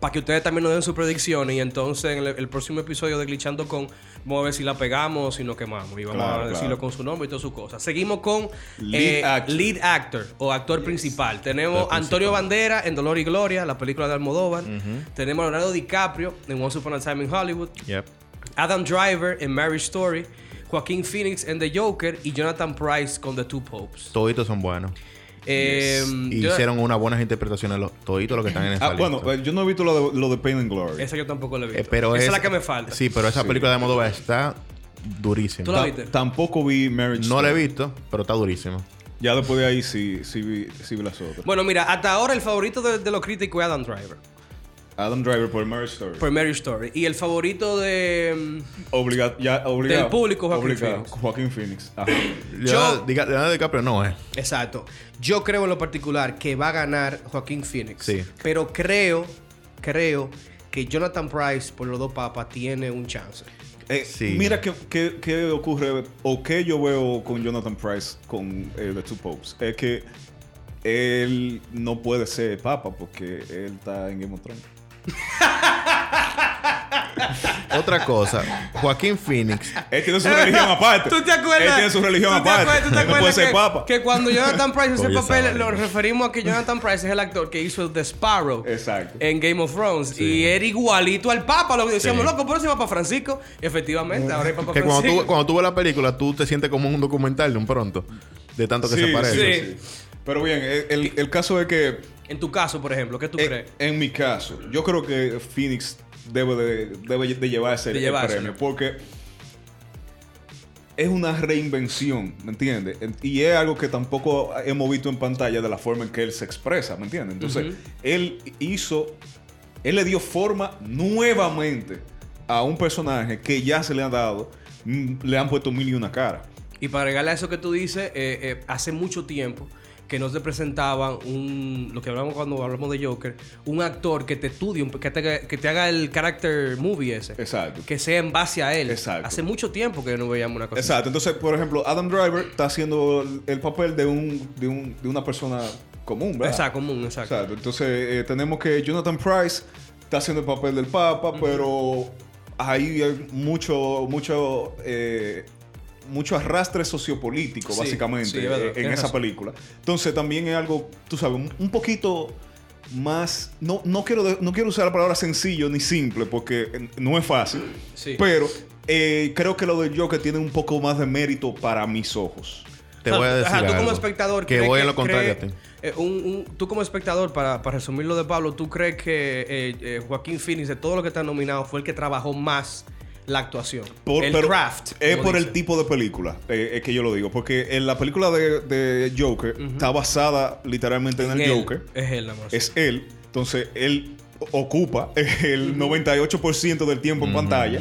[SPEAKER 2] para que ustedes también nos den sus predicciones y entonces en el, el próximo episodio de Glitchando con, vamos a ver si la pegamos o si nos quemamos y vamos
[SPEAKER 3] Claro,
[SPEAKER 2] a decirlo
[SPEAKER 3] claro.
[SPEAKER 2] con su nombre y todas sus cosas. Seguimos con
[SPEAKER 3] Lead
[SPEAKER 2] eh,
[SPEAKER 3] actor.
[SPEAKER 2] lead actor o actor principal. Tenemos
[SPEAKER 4] Actor
[SPEAKER 2] Antonio Bandera en Dolor y Gloria, la película de Almodóvar. Tenemos a Leonardo DiCaprio en Once Upon a Time in Hollywood.
[SPEAKER 4] Yep.
[SPEAKER 2] Adam Driver en Marriage Story, Joaquín Phoenix en The Joker y Jonathan Price con The Two Popes.
[SPEAKER 4] Toditos son buenos.
[SPEAKER 2] Eh,
[SPEAKER 4] Y
[SPEAKER 2] yo-
[SPEAKER 4] hicieron unas buenas interpretaciones los, toditos los que están en esta
[SPEAKER 3] Ah, bueno,
[SPEAKER 4] lista.
[SPEAKER 3] eh, yo no he visto lo de, lo de Pain and Glory.
[SPEAKER 2] Esa yo tampoco la he visto.
[SPEAKER 4] Eh, pero
[SPEAKER 2] esa es la que me falta.
[SPEAKER 4] Sí, pero esa película de Moldova está durísima.
[SPEAKER 2] ¿Tú la
[SPEAKER 3] Ta-
[SPEAKER 2] viste?
[SPEAKER 3] Tampoco vi Marriage
[SPEAKER 4] No la he
[SPEAKER 3] Story.
[SPEAKER 4] visto, pero está durísima.
[SPEAKER 3] Ya después de ahí sí, sí, vi, sí vi las otras.
[SPEAKER 2] Bueno, mira, hasta ahora el favorito de, de los críticos es Adam Driver
[SPEAKER 3] Adam Driver por Marriage Story.
[SPEAKER 2] por Marriage Story. Y el favorito de. mm,
[SPEAKER 3] Obliga- ya, obligado.
[SPEAKER 2] Del público, Joaquin
[SPEAKER 3] Obligado.
[SPEAKER 2] Phoenix.
[SPEAKER 3] Joaquin Phoenix. Ajá.
[SPEAKER 4] Leonardo Dica- Leonardo DiCaprio no es.
[SPEAKER 2] Exacto. Yo creo en lo particular que va a ganar Joaquín Phoenix.
[SPEAKER 4] Sí.
[SPEAKER 2] Pero creo, creo que Jonathan Price por los dos papas tiene un chance.
[SPEAKER 3] Eh,
[SPEAKER 4] Sí.
[SPEAKER 3] Mira qué, qué- qué ocurre o qué yo veo con Jonathan Price con eh, The Two Popes. Es que él no puede ser papa porque él está en Game of Thrones.
[SPEAKER 4] Otra cosa, Joaquín Phoenix.
[SPEAKER 3] Él tiene su religión aparte.
[SPEAKER 2] ¿Tú te acuerdas?
[SPEAKER 3] Él tiene su religión
[SPEAKER 2] ¿Tú te
[SPEAKER 3] aparte.
[SPEAKER 2] acuerdas- tú te
[SPEAKER 3] Él no puede
[SPEAKER 2] acuerdas
[SPEAKER 3] ser
[SPEAKER 2] que-
[SPEAKER 3] papa.
[SPEAKER 2] Que cuando Jonathan Price hace el
[SPEAKER 4] Oye, esa
[SPEAKER 2] papel,
[SPEAKER 4] vaina.
[SPEAKER 2] lo referimos a que Jonathan Price es el actor que hizo The Sparrow
[SPEAKER 3] Exacto.
[SPEAKER 2] en Game of Thrones. Y era igualito al papa. Lo que decíamos,
[SPEAKER 4] Sí.
[SPEAKER 2] loco, por eso es papa Francisco. Efectivamente, ahora es papa
[SPEAKER 4] Que cuando
[SPEAKER 2] Francisco.
[SPEAKER 4] tú, cuando tú ves la película, tú te sientes como un documental de un pronto. De tanto que se parece.
[SPEAKER 2] sí.
[SPEAKER 3] Pero bien, el- el, el caso es que
[SPEAKER 2] En tu caso, por ejemplo, ¿qué tú
[SPEAKER 3] en,
[SPEAKER 2] crees?
[SPEAKER 3] Eh, en mi caso, yo creo que Phoenix debe de, debe de llevarse el-
[SPEAKER 2] De
[SPEAKER 3] el,
[SPEAKER 2] llevárselo.
[SPEAKER 3] premio porque es una reinvención, ¿me entiendes? En- Y es algo que tampoco hemos visto en pantalla de la forma en que él se expresa, ¿me entiendes? Entonces, él hizo, él le dio forma nuevamente a un personaje que ya se le ha dado, mm, le han puesto mil y una cara.
[SPEAKER 2] Y para agregarle a eso que tú dices, eh, eh, hace mucho tiempo que no te presentaban un, lo que hablamos cuando hablamos de Joker, un actor que te estudie, un- que te, haga- que te haga el character movie ese.
[SPEAKER 3] Exacto.
[SPEAKER 2] que sea en base a él.
[SPEAKER 3] Exacto.
[SPEAKER 2] Hace mucho tiempo que no veíamos una cosa así.
[SPEAKER 3] Exacto. Entonces, por ejemplo, Adam Driver está haciendo el papel de, un, de, un- de una persona común, ¿verdad?
[SPEAKER 2] Exacto, común, exacto.
[SPEAKER 3] Exacto. Entonces, eh, tenemos que Jonathan Price está haciendo el papel del Papa, pero ahí hay mucho, mucho, eh, mucho arrastre sociopolítico,
[SPEAKER 2] Sí,
[SPEAKER 3] básicamente,
[SPEAKER 2] sí, es verdad.
[SPEAKER 3] eh, en
[SPEAKER 2] Tienes
[SPEAKER 3] esa
[SPEAKER 2] razón.
[SPEAKER 3] película. Entonces, también es algo, tú sabes, un- un poquito más no, no quiero de- no quiero usar la palabra sencillo ni simple porque eh, no es fácil
[SPEAKER 2] Sí.
[SPEAKER 3] pero eh, creo que lo del Joker tiene un poco más de mérito para mis ojos
[SPEAKER 4] Te
[SPEAKER 2] O sea,
[SPEAKER 4] voy a decir.
[SPEAKER 2] ajá, tú
[SPEAKER 4] algo,
[SPEAKER 2] como espectador
[SPEAKER 4] Que
[SPEAKER 2] crees
[SPEAKER 4] voy a lo contrario
[SPEAKER 2] crees-
[SPEAKER 4] a ti.
[SPEAKER 2] eh, un- un- tú como espectador, para, para resumir lo de Pablo, ¿tú crees que eh, eh, Joaquín Phoenix, de todo lo que está nominado, fue el que trabajó más la actuación?
[SPEAKER 3] Por-
[SPEAKER 2] el
[SPEAKER 3] pero
[SPEAKER 2] draft.
[SPEAKER 3] Es
[SPEAKER 2] como
[SPEAKER 3] por el
[SPEAKER 2] dicen.
[SPEAKER 3] tipo de película, eh, es que yo lo digo. Porque en la película de, de Joker está basada literalmente en el
[SPEAKER 2] Él,
[SPEAKER 3] Joker.
[SPEAKER 2] Es él, nada más.
[SPEAKER 3] Es él. Entonces, él ocupa el 98% del tiempo en pantalla.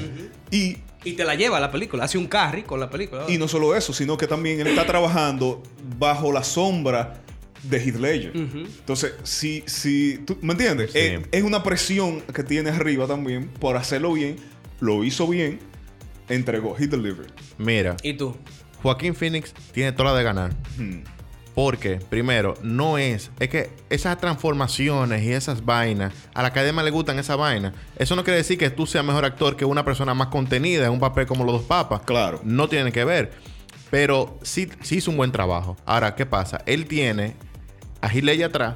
[SPEAKER 3] Y
[SPEAKER 2] Y te la lleva la película, hace un carry con la película.
[SPEAKER 3] y no solo eso, sino que también él está trabajando bajo la sombra de Heath Ledger. Entonces, si, si, tú, ¿me entiendes?
[SPEAKER 4] Sí.
[SPEAKER 3] Es, es una presión que tiene arriba también por hacerlo bien. Lo hizo bien, entregó, he delivered.
[SPEAKER 4] Mira,
[SPEAKER 2] ¿Y tú?
[SPEAKER 4] Joaquín Phoenix tiene toda la de ganar.
[SPEAKER 3] Hmm.
[SPEAKER 4] Porque, primero, no es. Es que esas transformaciones y esas vainas, a la academia le gustan esas vainas. Eso no quiere decir que tú seas mejor actor que una persona más contenida en un papel como los dos papas.
[SPEAKER 3] Claro.
[SPEAKER 4] No tiene que ver. Pero sí, sí hizo un buen trabajo. Ahora, ¿qué pasa? Él tiene a Giley atrás,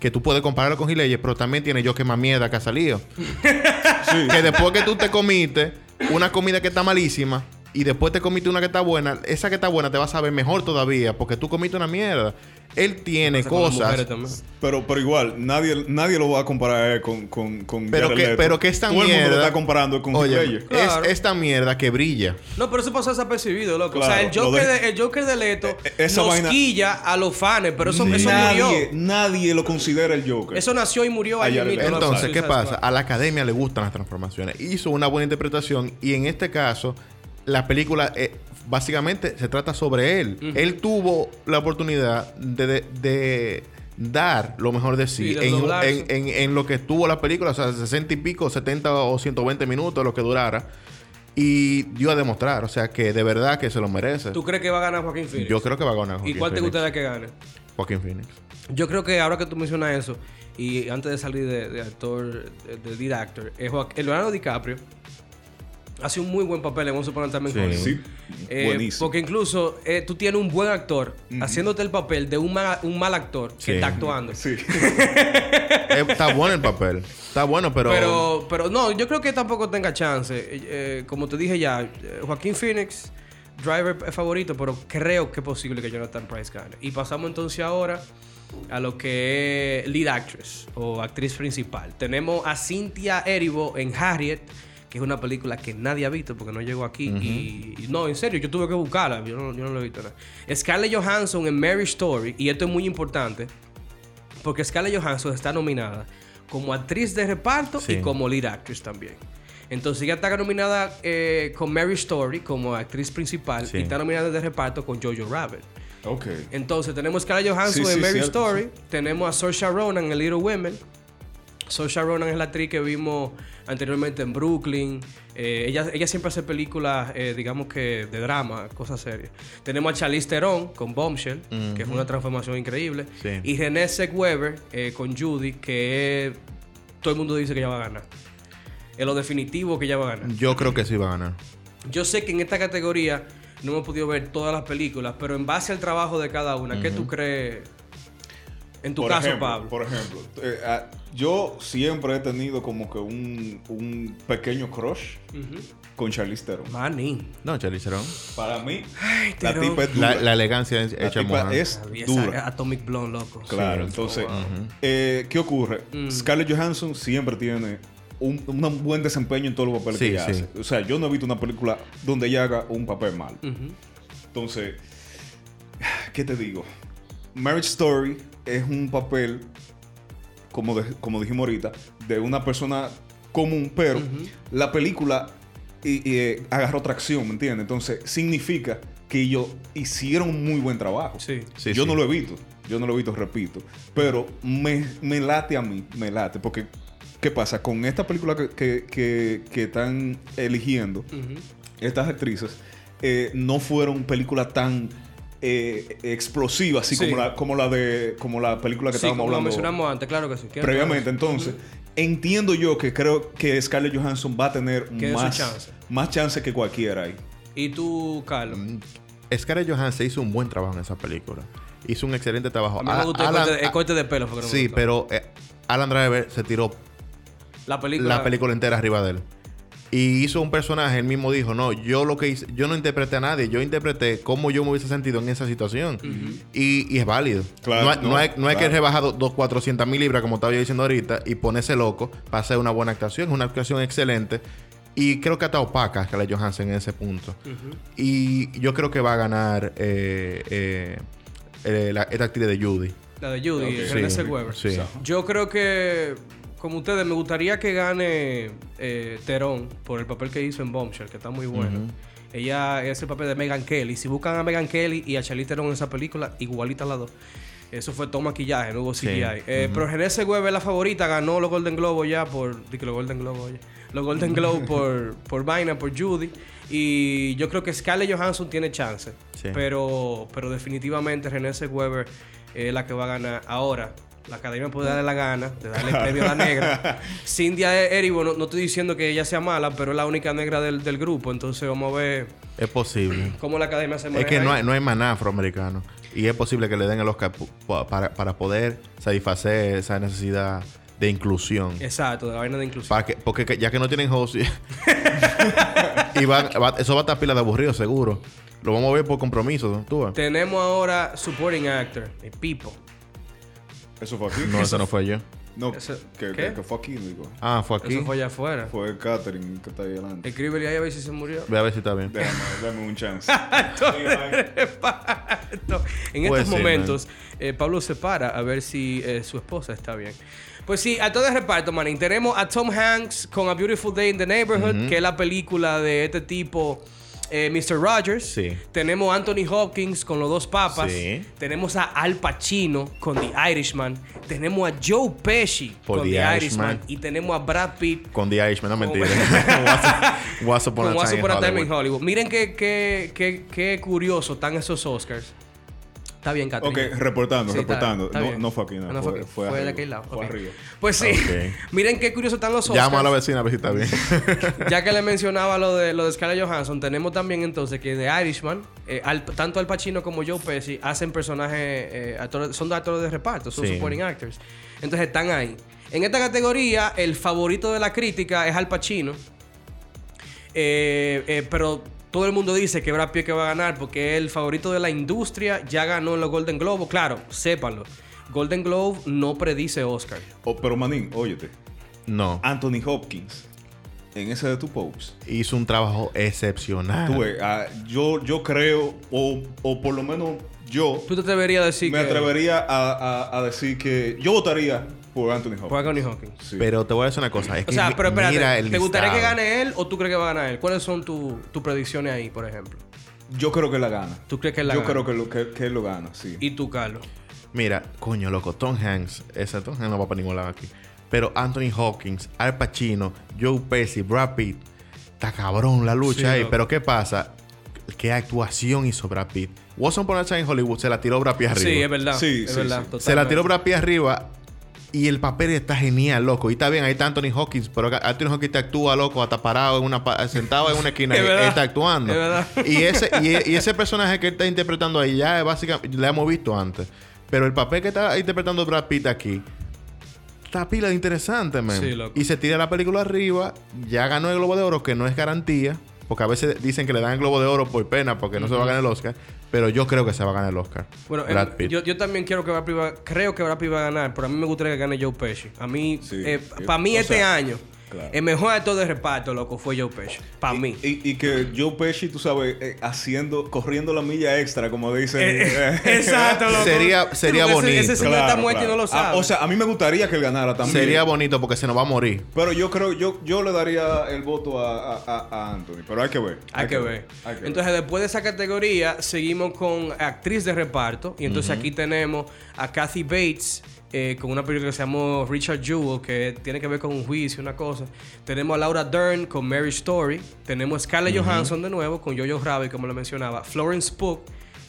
[SPEAKER 4] que tú puedes compararlo con Giley, pero también tiene yo que más mierda que ha salido.
[SPEAKER 3] Sí.
[SPEAKER 4] Que después que tú te comiste una comida que está malísima y después te comiste una que está buena, esa que está buena te va a saber mejor todavía porque tú comiste una mierda. Él tiene
[SPEAKER 2] Pasa con las mujeres
[SPEAKER 4] cosas.
[SPEAKER 2] también.
[SPEAKER 3] Pero, pero igual, nadie, nadie lo va a comparar a él con, con, con
[SPEAKER 4] Pero
[SPEAKER 3] Jared
[SPEAKER 4] que-
[SPEAKER 3] Leto.
[SPEAKER 4] pero que es tan
[SPEAKER 3] Todo el mundo
[SPEAKER 4] mierda.
[SPEAKER 3] lo está comparando con
[SPEAKER 4] Oye,
[SPEAKER 3] Heath Ledger.
[SPEAKER 4] es
[SPEAKER 2] Claro.
[SPEAKER 4] esta mierda que brilla.
[SPEAKER 2] No, pero eso pasó desapercibido, loco. o sea,
[SPEAKER 3] Claro,
[SPEAKER 2] el Joker,
[SPEAKER 3] lo de-
[SPEAKER 2] de, el Joker de Leto
[SPEAKER 3] E- esa
[SPEAKER 2] nos
[SPEAKER 3] vaina-
[SPEAKER 2] quilla a los fans, pero eso, eso murió.
[SPEAKER 3] nadie, nadie lo considera el Joker.
[SPEAKER 2] Eso nació y murió
[SPEAKER 3] Ay,
[SPEAKER 2] ayer
[SPEAKER 3] ya le-
[SPEAKER 2] mismo.
[SPEAKER 4] Entonces, ¿qué
[SPEAKER 2] Suicide
[SPEAKER 4] pasa?
[SPEAKER 2] Squad.
[SPEAKER 4] A la academia le gustan las transformaciones. Hizo una buena interpretación y en este caso, la película eh, básicamente se trata sobre él. Él tuvo la oportunidad de, de- de dar lo mejor de
[SPEAKER 2] Sí,
[SPEAKER 4] sí,
[SPEAKER 2] de
[SPEAKER 4] en,
[SPEAKER 2] doblarse.
[SPEAKER 4] en- en- en lo que estuvo la película, o sea, 60 y pico, 70 o 120 minutos, lo que durara. Y dio a demostrar, o sea, que de verdad que se lo merece.
[SPEAKER 2] ¿Tú crees que va a ganar Joaquín Phoenix?
[SPEAKER 4] Yo creo que va a ganar.
[SPEAKER 2] ¿Y
[SPEAKER 4] Joaquin
[SPEAKER 2] cuál te
[SPEAKER 4] Phoenix.
[SPEAKER 2] gustaría que gane?
[SPEAKER 4] Joaquin Phoenix.
[SPEAKER 2] Yo creo que ahora que tú mencionas eso, y antes de salir de, de actor, de, de lead actor, eh, Joaqu- eh, Leonardo DiCaprio hace un muy buen papel en Once Upon a Time in
[SPEAKER 4] Sí.
[SPEAKER 2] Hollywood.
[SPEAKER 3] Sí,
[SPEAKER 2] Eh,
[SPEAKER 3] buenísimo.
[SPEAKER 2] Porque incluso eh, tú tienes un buen actor haciéndote el papel de un mal, un mal actor
[SPEAKER 4] Sí.
[SPEAKER 2] que está actuando.
[SPEAKER 3] Sí.
[SPEAKER 4] Eh, Está bueno el papel. Está bueno,
[SPEAKER 2] Pero, pero no, yo creo que tampoco tenga chance. Eh, eh, como te dije ya, eh, Joaquín Phoenix, driver es favorito, pero creo que es posible que Jonathan Price gane. Y pasamos entonces ahora a lo que es lead actress o actriz principal. Tenemos a Cynthia Erivo en Harriet, que es una película que nadie ha visto porque no llegó aquí. y, y no, en serio, yo tuve que buscarla, yo no, yo no lo he visto nada. Scarlett Johansson en Mary Story, y esto es muy importante. Porque Scarlett Johansson está nominada como actriz de reparto
[SPEAKER 4] Sí.
[SPEAKER 2] y como lead actress también. Entonces ella está nominada eh, con Mary Story como actriz principal
[SPEAKER 4] Sí.
[SPEAKER 2] y está nominada de reparto con Jojo Rabbit.
[SPEAKER 3] ok.
[SPEAKER 2] Entonces tenemos a Scarlett Johansson
[SPEAKER 3] Sí,
[SPEAKER 2] en
[SPEAKER 3] sí,
[SPEAKER 2] Mary
[SPEAKER 3] cierto,
[SPEAKER 2] Story, tenemos a Saoirse Ronan en Little Women. Saoirse Ronan es la actriz que vimos anteriormente en Brooklyn. Eh, ella, ella siempre hace películas, eh, digamos que de drama, cosas serias. Tenemos a Charlize Theron con Bombshell, que fue una transformación increíble.
[SPEAKER 4] Sí.
[SPEAKER 2] Y Renée Zellweger eh, con Judy, que es- todo el mundo dice que ella va a ganar. Es lo definitivo que ella va a ganar.
[SPEAKER 4] yo creo que sí va a ganar.
[SPEAKER 2] Yo sé que en esta categoría no hemos podido ver todas las películas, pero en base al trabajo de cada una, ¿qué tú crees? En tu
[SPEAKER 3] por
[SPEAKER 2] caso,
[SPEAKER 3] ejemplo,
[SPEAKER 2] Pablo.
[SPEAKER 3] Por ejemplo, eh, ah, yo siempre he tenido como que un, un pequeño crush con Charlize Theron.
[SPEAKER 2] Manny.
[SPEAKER 4] No, Charlize Theron.
[SPEAKER 3] Para mí, la
[SPEAKER 2] Theron.
[SPEAKER 3] tipa es dura.
[SPEAKER 4] La, la elegancia es
[SPEAKER 3] La
[SPEAKER 4] hecha
[SPEAKER 3] tipa
[SPEAKER 4] mujer.
[SPEAKER 3] Ah, es
[SPEAKER 2] Había esa
[SPEAKER 3] dura.
[SPEAKER 2] Atomic Blonde, loco.
[SPEAKER 3] Claro,
[SPEAKER 4] Sí,
[SPEAKER 3] entonces, eh, ¿qué ocurre? Scarlett Johansson siempre tiene un, un buen desempeño en todos los papeles
[SPEAKER 4] Sí,
[SPEAKER 3] que ella
[SPEAKER 4] sí.
[SPEAKER 3] hace. O sea, yo no he visto una película donde ella haga un papel mal.
[SPEAKER 2] Ujú.
[SPEAKER 3] Entonces, ¿qué te digo? Marriage Story es un papel, como, de- como dijimos ahorita, de una persona común, pero la película y- y, eh, agarró tracción, ¿me entiendes? Entonces, significa que ellos hicieron un muy buen trabajo.
[SPEAKER 2] Sí.
[SPEAKER 4] Sí,
[SPEAKER 3] yo
[SPEAKER 4] sí.
[SPEAKER 3] no lo he visto, yo no lo he visto, repito, pero me, me late a mí, me late, porque ¿qué pasa? Con esta película que, que- que- que están eligiendo,
[SPEAKER 2] Ujú.
[SPEAKER 3] estas actrices eh, no fueron películas tan eh, explosivas así
[SPEAKER 2] Sí.
[SPEAKER 3] como, la, como la de como la película que
[SPEAKER 2] Sí, como
[SPEAKER 3] estábamos
[SPEAKER 2] lo
[SPEAKER 3] hablando
[SPEAKER 2] mencionamos antes, claro que sí. ¿Quieres-
[SPEAKER 3] previamente entonces entiendo yo que creo que Scarlett Johansson va a tener
[SPEAKER 2] Que dé su
[SPEAKER 3] más
[SPEAKER 2] chance.
[SPEAKER 3] más chance que cualquiera ahí
[SPEAKER 2] ¿Y tú, Carlos?
[SPEAKER 4] Mm, Scarlett Johansson hizo un buen trabajo en esa película. Hizo un excelente trabajo.
[SPEAKER 2] A mí me
[SPEAKER 4] Al-
[SPEAKER 2] gustó el,
[SPEAKER 4] Alan-
[SPEAKER 2] corte, de- el corte de pelo. fue que no me
[SPEAKER 4] sí,
[SPEAKER 2] gustó.
[SPEAKER 4] pero eh, Alan Driver se tiró
[SPEAKER 2] La película.
[SPEAKER 4] la película entera arriba de él. Y hizo un personaje, él mismo dijo, no, yo lo que hice, yo no interpreté a nadie, yo interpreté cómo yo me hubiese sentido en esa situación. y, y es válido.
[SPEAKER 3] Claro,
[SPEAKER 4] no, hay-
[SPEAKER 3] no,
[SPEAKER 4] no hay, no hay que
[SPEAKER 3] claro.
[SPEAKER 4] rebajar dos- dos 400 mil libras, como estaba yo diciendo ahorita, y ponerse loco para hacer una buena actuación, una actuación excelente. Y creo que hasta opaca Scarlett Johansson en ese punto. Y yo creo que va a ganar eh, eh, eh, la- esta actriz de Judy.
[SPEAKER 2] La de Judy,
[SPEAKER 3] Ok.
[SPEAKER 2] el
[SPEAKER 3] Sí,
[SPEAKER 2] René Zellweger.
[SPEAKER 4] sí.
[SPEAKER 2] Yo creo que, como ustedes, me gustaría que gane eh, Terón por el papel que hizo en Bombshell, que está muy bueno. Ella es el papel de Megan Kelly. Si buscan a Megan Kelly y a Charlize Theron en esa película, igualita las dos. Eso fue todo maquillaje, no hubo CGI. Eh, Pero Genese Web es la favorita, ganó los Golden Globo ya por. Digo, los Golden Globo, oye. Los Golden Globe por, por Vaina, por Judy. Y yo creo que Scarlett Johansson tiene chance.
[SPEAKER 4] Sí.
[SPEAKER 2] Pero, pero definitivamente Renée Weber es la que va a ganar ahora. La academia puede darle la gana de darle el premio a la negra. Cindy Erivo, no, no estoy diciendo que ella sea mala, pero es la única negra del, del grupo. Entonces vamos a ver
[SPEAKER 4] Es posible.
[SPEAKER 2] cómo la academia se
[SPEAKER 4] Es
[SPEAKER 2] maneja.
[SPEAKER 4] que no
[SPEAKER 2] ahí.
[SPEAKER 4] hay, no hay maná afroamericano. Y es posible que le den el Oscar pu- pa- para, para poder satisfacer esa necesidad de inclusión.
[SPEAKER 2] Exacto, de la vaina de inclusión.
[SPEAKER 4] Para que- porque que- ya que no tienen host. y van- va- eso va a estar pila de aburrido, seguro. Lo vamos a ver por compromiso, ¿no? tú. ves.
[SPEAKER 2] Tenemos ahora Supporting Actor, el Pipo.
[SPEAKER 3] Eso fue aquí.
[SPEAKER 4] No, eso no fue yo.
[SPEAKER 3] No,
[SPEAKER 2] Eso-
[SPEAKER 3] que,
[SPEAKER 2] ¿qué?
[SPEAKER 3] que- que fue aquí, digo.
[SPEAKER 4] Ah, fue aquí.
[SPEAKER 2] Eso fue allá afuera.
[SPEAKER 3] Fue Catherine que está ahí adelante.
[SPEAKER 2] Escríbele ahí a ver si se murió.
[SPEAKER 4] Ve a ver si está bien.
[SPEAKER 3] Déjame, dame un chance.
[SPEAKER 2] Exacto. En
[SPEAKER 4] Puede
[SPEAKER 2] estos
[SPEAKER 4] ser,
[SPEAKER 2] momentos, eh, Pablo se para a ver si eh, su esposa está bien. Pues sí, a todo el reparto, manín. Tenemos a Tom Hanks con A Beautiful Day in the Neighborhood, que es la película de este tipo, eh, Mr. Rogers.
[SPEAKER 4] Sí.
[SPEAKER 2] Tenemos a Anthony Hopkins con Los Dos Papas.
[SPEAKER 4] Sí.
[SPEAKER 2] Tenemos a Al Pacino con The Irishman. Tenemos a Joe Pesci
[SPEAKER 4] Por
[SPEAKER 2] con
[SPEAKER 4] The
[SPEAKER 2] The, Irishman.
[SPEAKER 4] Irishman.
[SPEAKER 2] Y tenemos a Brad Pitt
[SPEAKER 4] Con The Irishman, no mentira. Once- Once Upon
[SPEAKER 2] con
[SPEAKER 4] a
[SPEAKER 2] Once
[SPEAKER 4] Time in
[SPEAKER 2] Upon a Time in
[SPEAKER 4] Hollywood.
[SPEAKER 2] Hollywood. Miren qué, qué, qué, qué curioso están esos Oscars. Está bien,
[SPEAKER 3] ok,
[SPEAKER 2] Catherine.
[SPEAKER 3] reportando,
[SPEAKER 2] Sí, está-
[SPEAKER 3] reportando.
[SPEAKER 2] está
[SPEAKER 3] no,
[SPEAKER 2] bien.
[SPEAKER 3] no fue aquí, no,
[SPEAKER 2] Ah, no
[SPEAKER 3] fue,
[SPEAKER 2] fue aquí.
[SPEAKER 3] fue
[SPEAKER 2] Fue de
[SPEAKER 3] arriba,
[SPEAKER 2] aquel lado.
[SPEAKER 3] Fue
[SPEAKER 2] Ok.
[SPEAKER 3] arriba.
[SPEAKER 2] Pues sí.
[SPEAKER 4] Ok.
[SPEAKER 2] Miren qué curioso están los Oscars.
[SPEAKER 4] Llama a la vecina a ver si está bien.
[SPEAKER 2] Ya que le mencionaba lo de, lo de Scarlett Johansson, tenemos también entonces que de Irishman, eh, al- tanto Al Pacino como Joe Pesci hacen personajes, eh, actores- son de actores de reparto, son
[SPEAKER 4] Sí.
[SPEAKER 2] supporting actors. Entonces están ahí. En esta categoría, el favorito de la crítica es Al Pacino. Eh, eh, pero todo el mundo dice que Brad Pitt que va a ganar porque es el favorito de la industria, ya ganó en los Golden Globe. Claro, sépanlo. Golden Globe no predice Oscar.
[SPEAKER 3] Oh, pero Manín, óyete.
[SPEAKER 4] No.
[SPEAKER 2] Ah.
[SPEAKER 3] Anthony Hopkins, en ese de tu post.
[SPEAKER 4] Hizo un trabajo excepcional.
[SPEAKER 3] Tú ves, ah, yo, yo creo, o, o por lo menos yo,
[SPEAKER 2] ¿Tú te atreverías a decir
[SPEAKER 3] me
[SPEAKER 2] que
[SPEAKER 3] atrevería a, a- a decir que yo votaría por Anthony Hopkins.
[SPEAKER 2] fue Anthony Hawkins?
[SPEAKER 3] Sí.
[SPEAKER 4] Pero te voy a decir una cosa. Es
[SPEAKER 2] O
[SPEAKER 4] que
[SPEAKER 2] sea,
[SPEAKER 4] mi-
[SPEAKER 2] pero
[SPEAKER 4] mira el
[SPEAKER 2] espérate, ¿te gustaría que
[SPEAKER 4] listado.
[SPEAKER 2] gane él o tú crees que va a ganar él? ¿Cuáles son tu- tus predicciones ahí, por ejemplo?
[SPEAKER 3] yo creo que la gana.
[SPEAKER 2] ¿Tú crees que él la
[SPEAKER 3] yo
[SPEAKER 2] gana?
[SPEAKER 3] creo que, lo, que, que él lo gana, sí.
[SPEAKER 2] Y tú, Carlos.
[SPEAKER 4] Mira, coño, loco. Tom Hanks. Ese Tom Hanks no va para ningún lado aquí. Pero Anthony Hawkins, Al Pacino, Joe Pesci, Brad Pitt. Está cabrón la lucha
[SPEAKER 2] Sí,
[SPEAKER 4] ahí.
[SPEAKER 2] loco.
[SPEAKER 4] Pero ¿qué pasa? ¿Qué actuación hizo Brad Pitt? Once Upon a Time in Hollywood se la tiró Brad Pitt arriba.
[SPEAKER 2] Sí, es verdad.
[SPEAKER 3] Sí,
[SPEAKER 2] es
[SPEAKER 3] sí,
[SPEAKER 2] verdad.
[SPEAKER 3] sí.
[SPEAKER 4] Se la
[SPEAKER 2] totalmente.
[SPEAKER 4] tiró Brad Pitt arriba. Y el papel está genial, loco. Y está bien, ahí está Anthony Hawkins. Pero acá Anthony Hawkins te actúa, loco, hasta parado, en una pa- sentado en una esquina.
[SPEAKER 2] Es
[SPEAKER 4] y él
[SPEAKER 2] verdad.
[SPEAKER 4] está actuando.
[SPEAKER 2] Es verdad.
[SPEAKER 4] Y ese, y, y ese personaje que él está interpretando ahí, ya es básicamente, la hemos visto antes. Pero el papel que está interpretando Brad Pitt aquí, está pila de interesante, man.
[SPEAKER 2] Sí, loco.
[SPEAKER 4] Y se tira la película arriba, ya ganó el Globo de Oro, que no es garantía. Porque a veces dicen que le dan el Globo de Oro por pena, porque no se va a ganar el Oscar. Pero yo creo que se va a ganar el Oscar.
[SPEAKER 2] Bueno,
[SPEAKER 4] Brad
[SPEAKER 2] em,
[SPEAKER 4] Pitt.
[SPEAKER 2] yo, yo también quiero que Brad Pitt va- creo que Brad Pitt va a ganar, pero a mí me gustaría que gane Joe Pesci. A mí,
[SPEAKER 3] Sí. Eh,
[SPEAKER 2] para mí
[SPEAKER 3] o
[SPEAKER 2] este
[SPEAKER 3] sea,
[SPEAKER 2] año,
[SPEAKER 3] claro.
[SPEAKER 2] el mejor actor de reparto, loco, fue Joe Pesci. Para
[SPEAKER 3] Y-
[SPEAKER 2] mí.
[SPEAKER 3] Y, y que Joe Pesci, tú sabes, eh, haciendo, corriendo la milla extra, como dicen.
[SPEAKER 2] Eh, eh, exacto, loco.
[SPEAKER 4] Sería-
[SPEAKER 2] Sí,
[SPEAKER 4] sería
[SPEAKER 2] porque Ese,
[SPEAKER 4] bonito.
[SPEAKER 2] ese señor está muerto y no lo
[SPEAKER 3] Ah,
[SPEAKER 2] sabe.
[SPEAKER 3] o sea, a mí me gustaría que él ganara también.
[SPEAKER 4] Sería bonito porque se nos va a morir.
[SPEAKER 3] Pero yo creo, yo, yo le daría el voto a, a- a- a Anthony. Pero hay que ver.
[SPEAKER 2] Hay que ver.
[SPEAKER 3] hay que ver.
[SPEAKER 2] Entonces, después de esa categoría, seguimos con actriz de reparto. Y entonces aquí tenemos a Kathy Bates. eh, con una película que se llamó Richard Jewell, que tiene que ver con un juicio, una cosa. Tenemos a Laura Dern con Mary Story. Tenemos a Scarlett Johansson de nuevo con Jojo Rabbit, como lo mencionaba. Florence Pugh,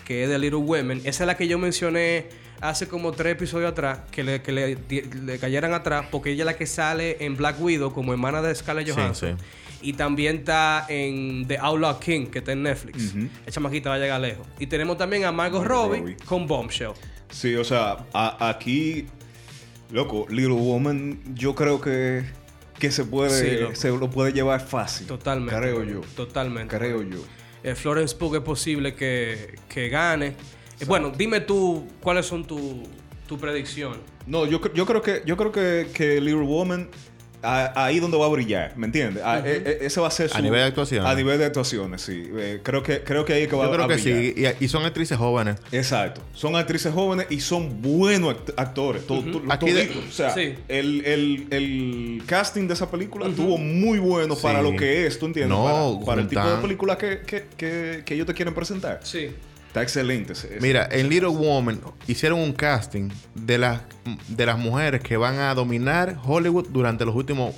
[SPEAKER 2] que es de Little Women. Esa es la que yo mencioné hace como tres episodios atrás, que le, que le, le cayeran atrás, porque ella es la que sale en Black Widow como hermana de Scarlett
[SPEAKER 4] Sí,
[SPEAKER 2] Johansson.
[SPEAKER 4] sí.
[SPEAKER 2] Y también está en The Outlaw King, que está en Netflix. La chamaquita va a llegar lejos. Y tenemos también a Margot
[SPEAKER 3] Margot
[SPEAKER 2] Robbie,
[SPEAKER 3] Robbie.
[SPEAKER 2] con Bombshell.
[SPEAKER 3] Sí, o sea, a- aquí, loco, Little Woman, yo creo que, que se
[SPEAKER 2] Sí,
[SPEAKER 3] puede,
[SPEAKER 2] loco.
[SPEAKER 3] se lo puede llevar fácil.
[SPEAKER 2] Totalmente.
[SPEAKER 3] Creo
[SPEAKER 2] bueno,
[SPEAKER 3] yo.
[SPEAKER 2] Totalmente.
[SPEAKER 3] Creo yo.
[SPEAKER 2] Eh, Florence Pugh es posible que, que gane. Eh, bueno, dime tú cuáles son tu, tu predicción.
[SPEAKER 3] No, yo, cre- yo creo que, yo creo que, que Little Woman a- ahí donde va a brillar, ¿me entiendes? A- e- e- ese va a ser su...
[SPEAKER 4] A nivel de actuaciones.
[SPEAKER 3] A nivel de actuaciones, sí. Eh, creo, que, creo que ahí es que va
[SPEAKER 4] Yo creo
[SPEAKER 3] a
[SPEAKER 4] que
[SPEAKER 3] brillar.
[SPEAKER 4] sí. Y, y son actrices jóvenes.
[SPEAKER 3] Exacto. Son actrices jóvenes y son buenos act- actores. to- to-
[SPEAKER 4] Aquí de-
[SPEAKER 3] toditos. O sea,
[SPEAKER 2] Sí.
[SPEAKER 3] el, el- el casting de esa película estuvo muy bueno para
[SPEAKER 4] Sí.
[SPEAKER 3] lo que es, ¿tú entiendes?
[SPEAKER 4] No,
[SPEAKER 3] para, para el tipo de
[SPEAKER 4] juntan-
[SPEAKER 3] película que, que- que- que ellos te quieren presentar.
[SPEAKER 2] Sí.
[SPEAKER 3] Está excelente. ese- ese.
[SPEAKER 4] Mira, en Little Woman hicieron un casting de las, de las mujeres que van a dominar Hollywood durante los últimos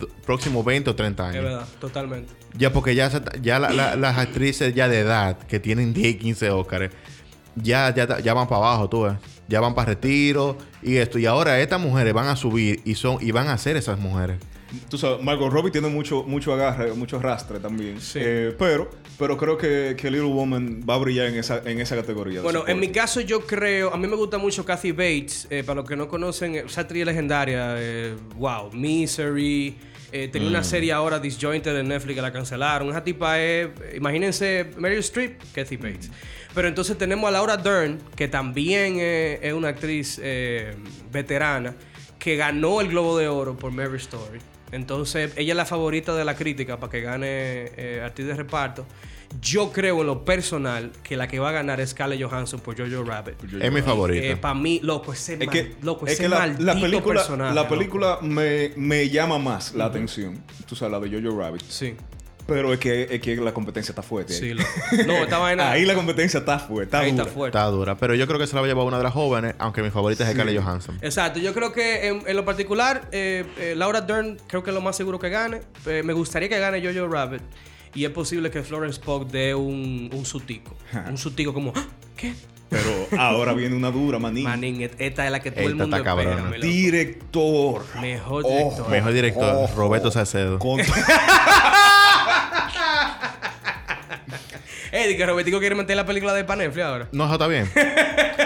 [SPEAKER 4] d- próximos 20 o 30
[SPEAKER 2] Es
[SPEAKER 4] años.
[SPEAKER 2] verdad, totalmente.
[SPEAKER 4] Ya porque ya, se- ya la- la- las actrices ya de edad, que tienen 10, 15 Óscares, ya, ya, ya van para abajo, tú ves. Ya van para retiro y esto. Y ahora estas mujeres van a subir y, son, y van a ser esas mujeres.
[SPEAKER 3] Tú sabes, Margot Robbie tiene mucho, mucho agarre, mucho arrastre también.
[SPEAKER 2] Sí.
[SPEAKER 3] Eh, pero, pero creo que, que Little Woman va a brillar en esa, en esa categoría. de
[SPEAKER 2] Bueno, en
[SPEAKER 3] soporte.
[SPEAKER 2] mi caso yo creo, a mí me gusta mucho Kathy Bates, eh, para los que no conocen, eh, esa actriz legendaria, eh, wow, Misery, eh, tenía una serie ahora disjointed de Netflix que la cancelaron, esa tipa es, eh, imagínense, Meryl Streep, Kathy Bates. Pero entonces tenemos a Laura Dern, que también eh, es una actriz eh, veterana, que ganó el Globo de Oro por Mary Story. Entonces, ella es la favorita de la crítica para que gane eh, actriz de reparto. Yo creo en lo personal que la que va a ganar es Scarlett Johansson por Jojo Rabbit.
[SPEAKER 4] Es mi favorita.
[SPEAKER 2] para mí, loco, ese,
[SPEAKER 3] Es
[SPEAKER 2] mal-
[SPEAKER 3] que,
[SPEAKER 2] loco,
[SPEAKER 3] es
[SPEAKER 2] ese
[SPEAKER 3] que la, la
[SPEAKER 2] maldito
[SPEAKER 3] película,
[SPEAKER 2] personaje.
[SPEAKER 3] la
[SPEAKER 2] loco.
[SPEAKER 3] película me, me llama más la atención. Tú sabes, la de Jojo Rabbit.
[SPEAKER 2] Sí,
[SPEAKER 3] Pero es que, es que la competencia está fuerte.
[SPEAKER 2] sí,
[SPEAKER 3] ahí.
[SPEAKER 2] loco. No, esta vaina.
[SPEAKER 3] Ahí la competencia está fuerte. Está
[SPEAKER 2] ahí está
[SPEAKER 3] dura.
[SPEAKER 2] fuerte.
[SPEAKER 4] Está dura. Pero yo creo que se la va a llevar una de las jóvenes, aunque mi favorita es Scarlett Johansson.
[SPEAKER 2] Exacto, yo creo que en, en lo particular, eh, eh, Laura Dern creo que es lo más seguro que gane. Eh, me gustaría que gane Jojo Rabbit. Y es posible que Florence Pugh dé un, un sutico. un sutico como, "¿Ah, ¿qué?
[SPEAKER 3] Pero ahora viene una dura, maní.
[SPEAKER 2] Manín, et- esta es la que todo el
[SPEAKER 4] Esta
[SPEAKER 2] mundo
[SPEAKER 4] está
[SPEAKER 2] espera.
[SPEAKER 4] cabrona.
[SPEAKER 2] mi loco.
[SPEAKER 3] Director.
[SPEAKER 2] Mejor
[SPEAKER 3] Ojo.
[SPEAKER 2] director.
[SPEAKER 4] Mejor director,
[SPEAKER 3] Ojo.
[SPEAKER 4] Roberto Salcedo.
[SPEAKER 3] Con-
[SPEAKER 2] Ey, di que Robertico quiere meter la película de Panefle ahora.
[SPEAKER 4] No, eso está bien.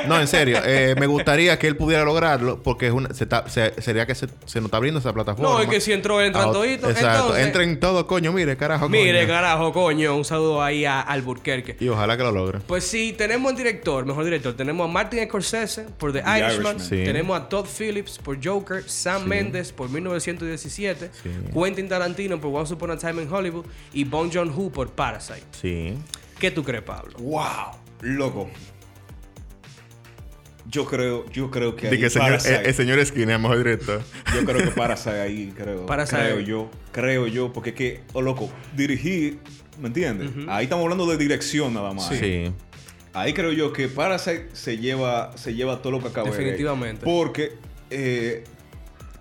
[SPEAKER 4] No, en serio. eh, me gustaría que él pudiera lograrlo porque es una- se está- se- sería que se, se nos está abriendo esa plataforma.
[SPEAKER 2] No, es que si entró, entran
[SPEAKER 4] Ah,
[SPEAKER 2] toditos.
[SPEAKER 4] Exacto.
[SPEAKER 2] Entonces-
[SPEAKER 4] Entren todos, coño. Mire, carajo.
[SPEAKER 2] Mire,
[SPEAKER 4] coño.
[SPEAKER 2] carajo, coño. Un saludo ahí a Alburquerque.
[SPEAKER 4] Y ojalá que lo logre.
[SPEAKER 2] Pues sí, tenemos en director, mejor director, tenemos a Martin Scorsese por The, Irishman,
[SPEAKER 3] Irishman.
[SPEAKER 4] Sí.
[SPEAKER 2] tenemos a Todd Phillips por Joker, Sam Mendes por 1917,
[SPEAKER 4] Sí.
[SPEAKER 2] Quentin Tarantino por Once Upon a Time in Hollywood y Bong Joon-ho por Parasite.
[SPEAKER 4] Sí.
[SPEAKER 2] ¿Qué tú crees, Pablo?
[SPEAKER 3] wow. Loco. Yo creo, yo creo que.
[SPEAKER 4] De
[SPEAKER 3] ahí
[SPEAKER 4] que el señor, eh,
[SPEAKER 3] Parasite-
[SPEAKER 4] el, el señor Esquina, mejor director.
[SPEAKER 3] Yo creo que Parasite ahí, creo.
[SPEAKER 2] Parasite.
[SPEAKER 3] Creo yo, creo yo, porque es que, oh, loco, dirigir, ¿me entiendes? Ahí estamos hablando de dirección nada más.
[SPEAKER 4] Sí.
[SPEAKER 3] Ahí creo yo que Parasite se lleva, se lleva todo lo que acaba de ver ahí.
[SPEAKER 2] Definitivamente.
[SPEAKER 3] Porque eh,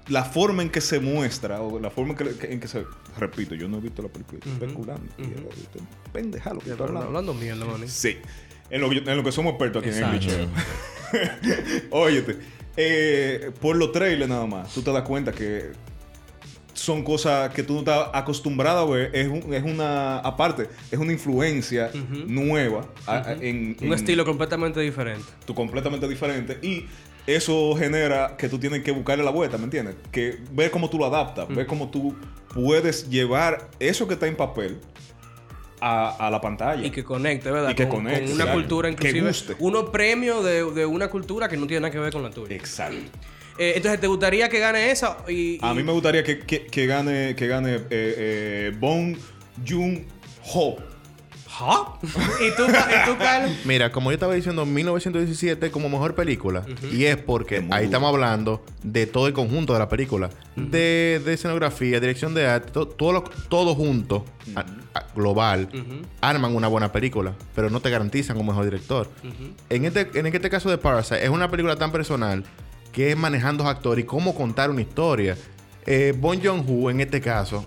[SPEAKER 3] la forma en que se muestra, o la forma en que, en que se. Repito, yo no he visto la película, estoy especulando. y yo estoy Pendeja lo que estoy hablando.
[SPEAKER 2] Hablando mierda, man.
[SPEAKER 3] Sí. En lo, que yo- en lo que somos expertos aquí
[SPEAKER 2] Exacto.
[SPEAKER 3] en el bicheo. Óyete. eh, por los trailers nada más, tú te das cuenta que son cosas que tú no estás acostumbrado a ver. Es, un- es una, aparte, es una influencia nueva. a- a- en,
[SPEAKER 2] Un
[SPEAKER 3] en-
[SPEAKER 2] estilo completamente diferente.
[SPEAKER 3] tú completamente diferente y eso genera que tú tienes que buscarle la vuelta, ¿me entiendes? Que ver cómo tú lo adaptas, ver cómo tú puedes llevar eso que está en papel a, a la pantalla.
[SPEAKER 2] Y que conecte, ¿verdad?
[SPEAKER 3] Y que
[SPEAKER 2] con,
[SPEAKER 3] conecte,
[SPEAKER 2] con una
[SPEAKER 3] claro.
[SPEAKER 2] cultura
[SPEAKER 3] Que
[SPEAKER 2] inclusive.
[SPEAKER 3] guste.
[SPEAKER 2] Uno premio de, de una cultura que no tiene nada que ver con la tuya.
[SPEAKER 3] Exacto.
[SPEAKER 2] Eh, entonces, ¿te gustaría que gane esa? Y,
[SPEAKER 3] A
[SPEAKER 2] y-
[SPEAKER 3] mí me gustaría que, que- que gane que gane eh, eh, Bong Joon Ho.
[SPEAKER 2] ¿Ja? ¿Ah? ¿Y tú, y tú Carlos?
[SPEAKER 4] Mira, como yo estaba diciendo, 1917 como mejor película. Y es porque
[SPEAKER 3] Es muy
[SPEAKER 4] ahí
[SPEAKER 3] duro.
[SPEAKER 4] estamos hablando de todo el conjunto de la película. de, de escenografía, dirección de arte, to- todo, lo- todo junto, a- a- global, arman una buena película. Pero no te garantizan un mejor director. en, este, en este caso de Parasite, es una película tan personal que es manejando actores y cómo contar una historia. Eh, bon Joon-ho, en este caso,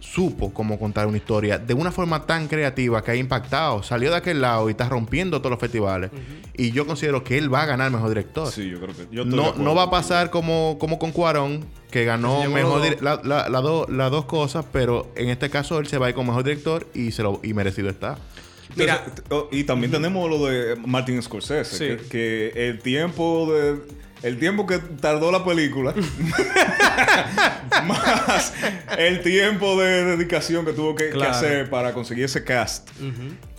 [SPEAKER 4] supo cómo contar una historia de una forma tan creativa que ha impactado. Salió de aquel lado y está rompiendo todos los festivales. Y yo considero que él va a ganar mejor director.
[SPEAKER 3] Sí, yo creo que. yo estoy de
[SPEAKER 4] No,
[SPEAKER 3] acuerdo.
[SPEAKER 4] no va a pasar como, como con Cuarón, que ganó
[SPEAKER 2] Que se llevó
[SPEAKER 4] mejor
[SPEAKER 2] los
[SPEAKER 4] dir- la- la- la do- las dos cosas, pero en este caso él se va a ir con mejor director y, se lo, y merecido está.
[SPEAKER 2] Mira.
[SPEAKER 3] Entonces, t- oh, y también tenemos lo de Martin Scorsese,
[SPEAKER 2] Sí.
[SPEAKER 3] que, que el tiempo de el tiempo que tardó la película más el tiempo de dedicación que tuvo que, que
[SPEAKER 2] Claro.
[SPEAKER 3] hacer para conseguir ese cast.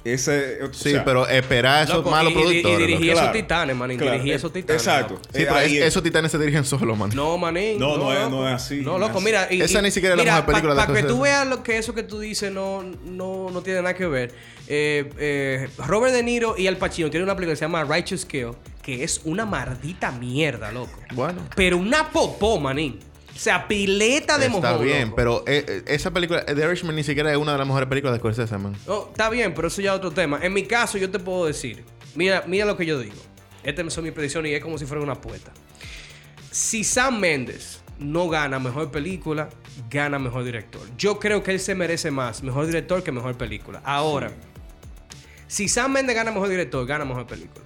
[SPEAKER 3] Ese, o
[SPEAKER 4] Sí,
[SPEAKER 3] sea,
[SPEAKER 4] pero esperar a esos
[SPEAKER 2] Loco,
[SPEAKER 4] malos
[SPEAKER 2] y- y-
[SPEAKER 4] productores.
[SPEAKER 2] Y,
[SPEAKER 4] loco.
[SPEAKER 2] dirigí
[SPEAKER 3] Claro.
[SPEAKER 2] esos titanes, manín.
[SPEAKER 3] claro,
[SPEAKER 2] dirigí
[SPEAKER 3] eh,
[SPEAKER 2] esos titanes.
[SPEAKER 3] Exacto.
[SPEAKER 2] loco.
[SPEAKER 4] Sí,
[SPEAKER 3] Eh,
[SPEAKER 4] pero es-
[SPEAKER 3] ahí es.
[SPEAKER 4] esos titanes se dirigen solos, man.
[SPEAKER 2] No, manín.
[SPEAKER 3] No, no es-
[SPEAKER 2] loco.
[SPEAKER 3] no es así, no
[SPEAKER 2] No,
[SPEAKER 3] es
[SPEAKER 2] loco,
[SPEAKER 3] así.
[SPEAKER 2] mira. y-
[SPEAKER 4] Esa ni siquiera es la mejor película de
[SPEAKER 2] Para
[SPEAKER 4] la
[SPEAKER 2] que tú
[SPEAKER 4] Scorsese.
[SPEAKER 2] veas lo que eso que tú dices no, no, no tiene nada que ver. Eh, eh, Robert De Niro y Al Pacino tienen una película que se llama Righteous Kill, que es una maldita mierda, loco.
[SPEAKER 4] Bueno.
[SPEAKER 2] Pero una popó, manín. O sea, pileta de
[SPEAKER 4] Está
[SPEAKER 2] mojón,
[SPEAKER 4] bien,
[SPEAKER 2] loco.
[SPEAKER 4] pero eh, eh, esa película, The Irishman, ni siquiera es una de las mejores películas de Scorsese, man.
[SPEAKER 2] No, Oh, está bien, pero eso ya es otro tema. En mi caso, yo te puedo decir, mira, mira lo que yo digo. Estas son mis predicciones y es como si fuera una apuesta. Si Sam Méndez no gana mejor película, gana mejor director. Yo creo que él se merece más mejor director que mejor película. Ahora, si Sam Méndez gana mejor director, gana mejor película.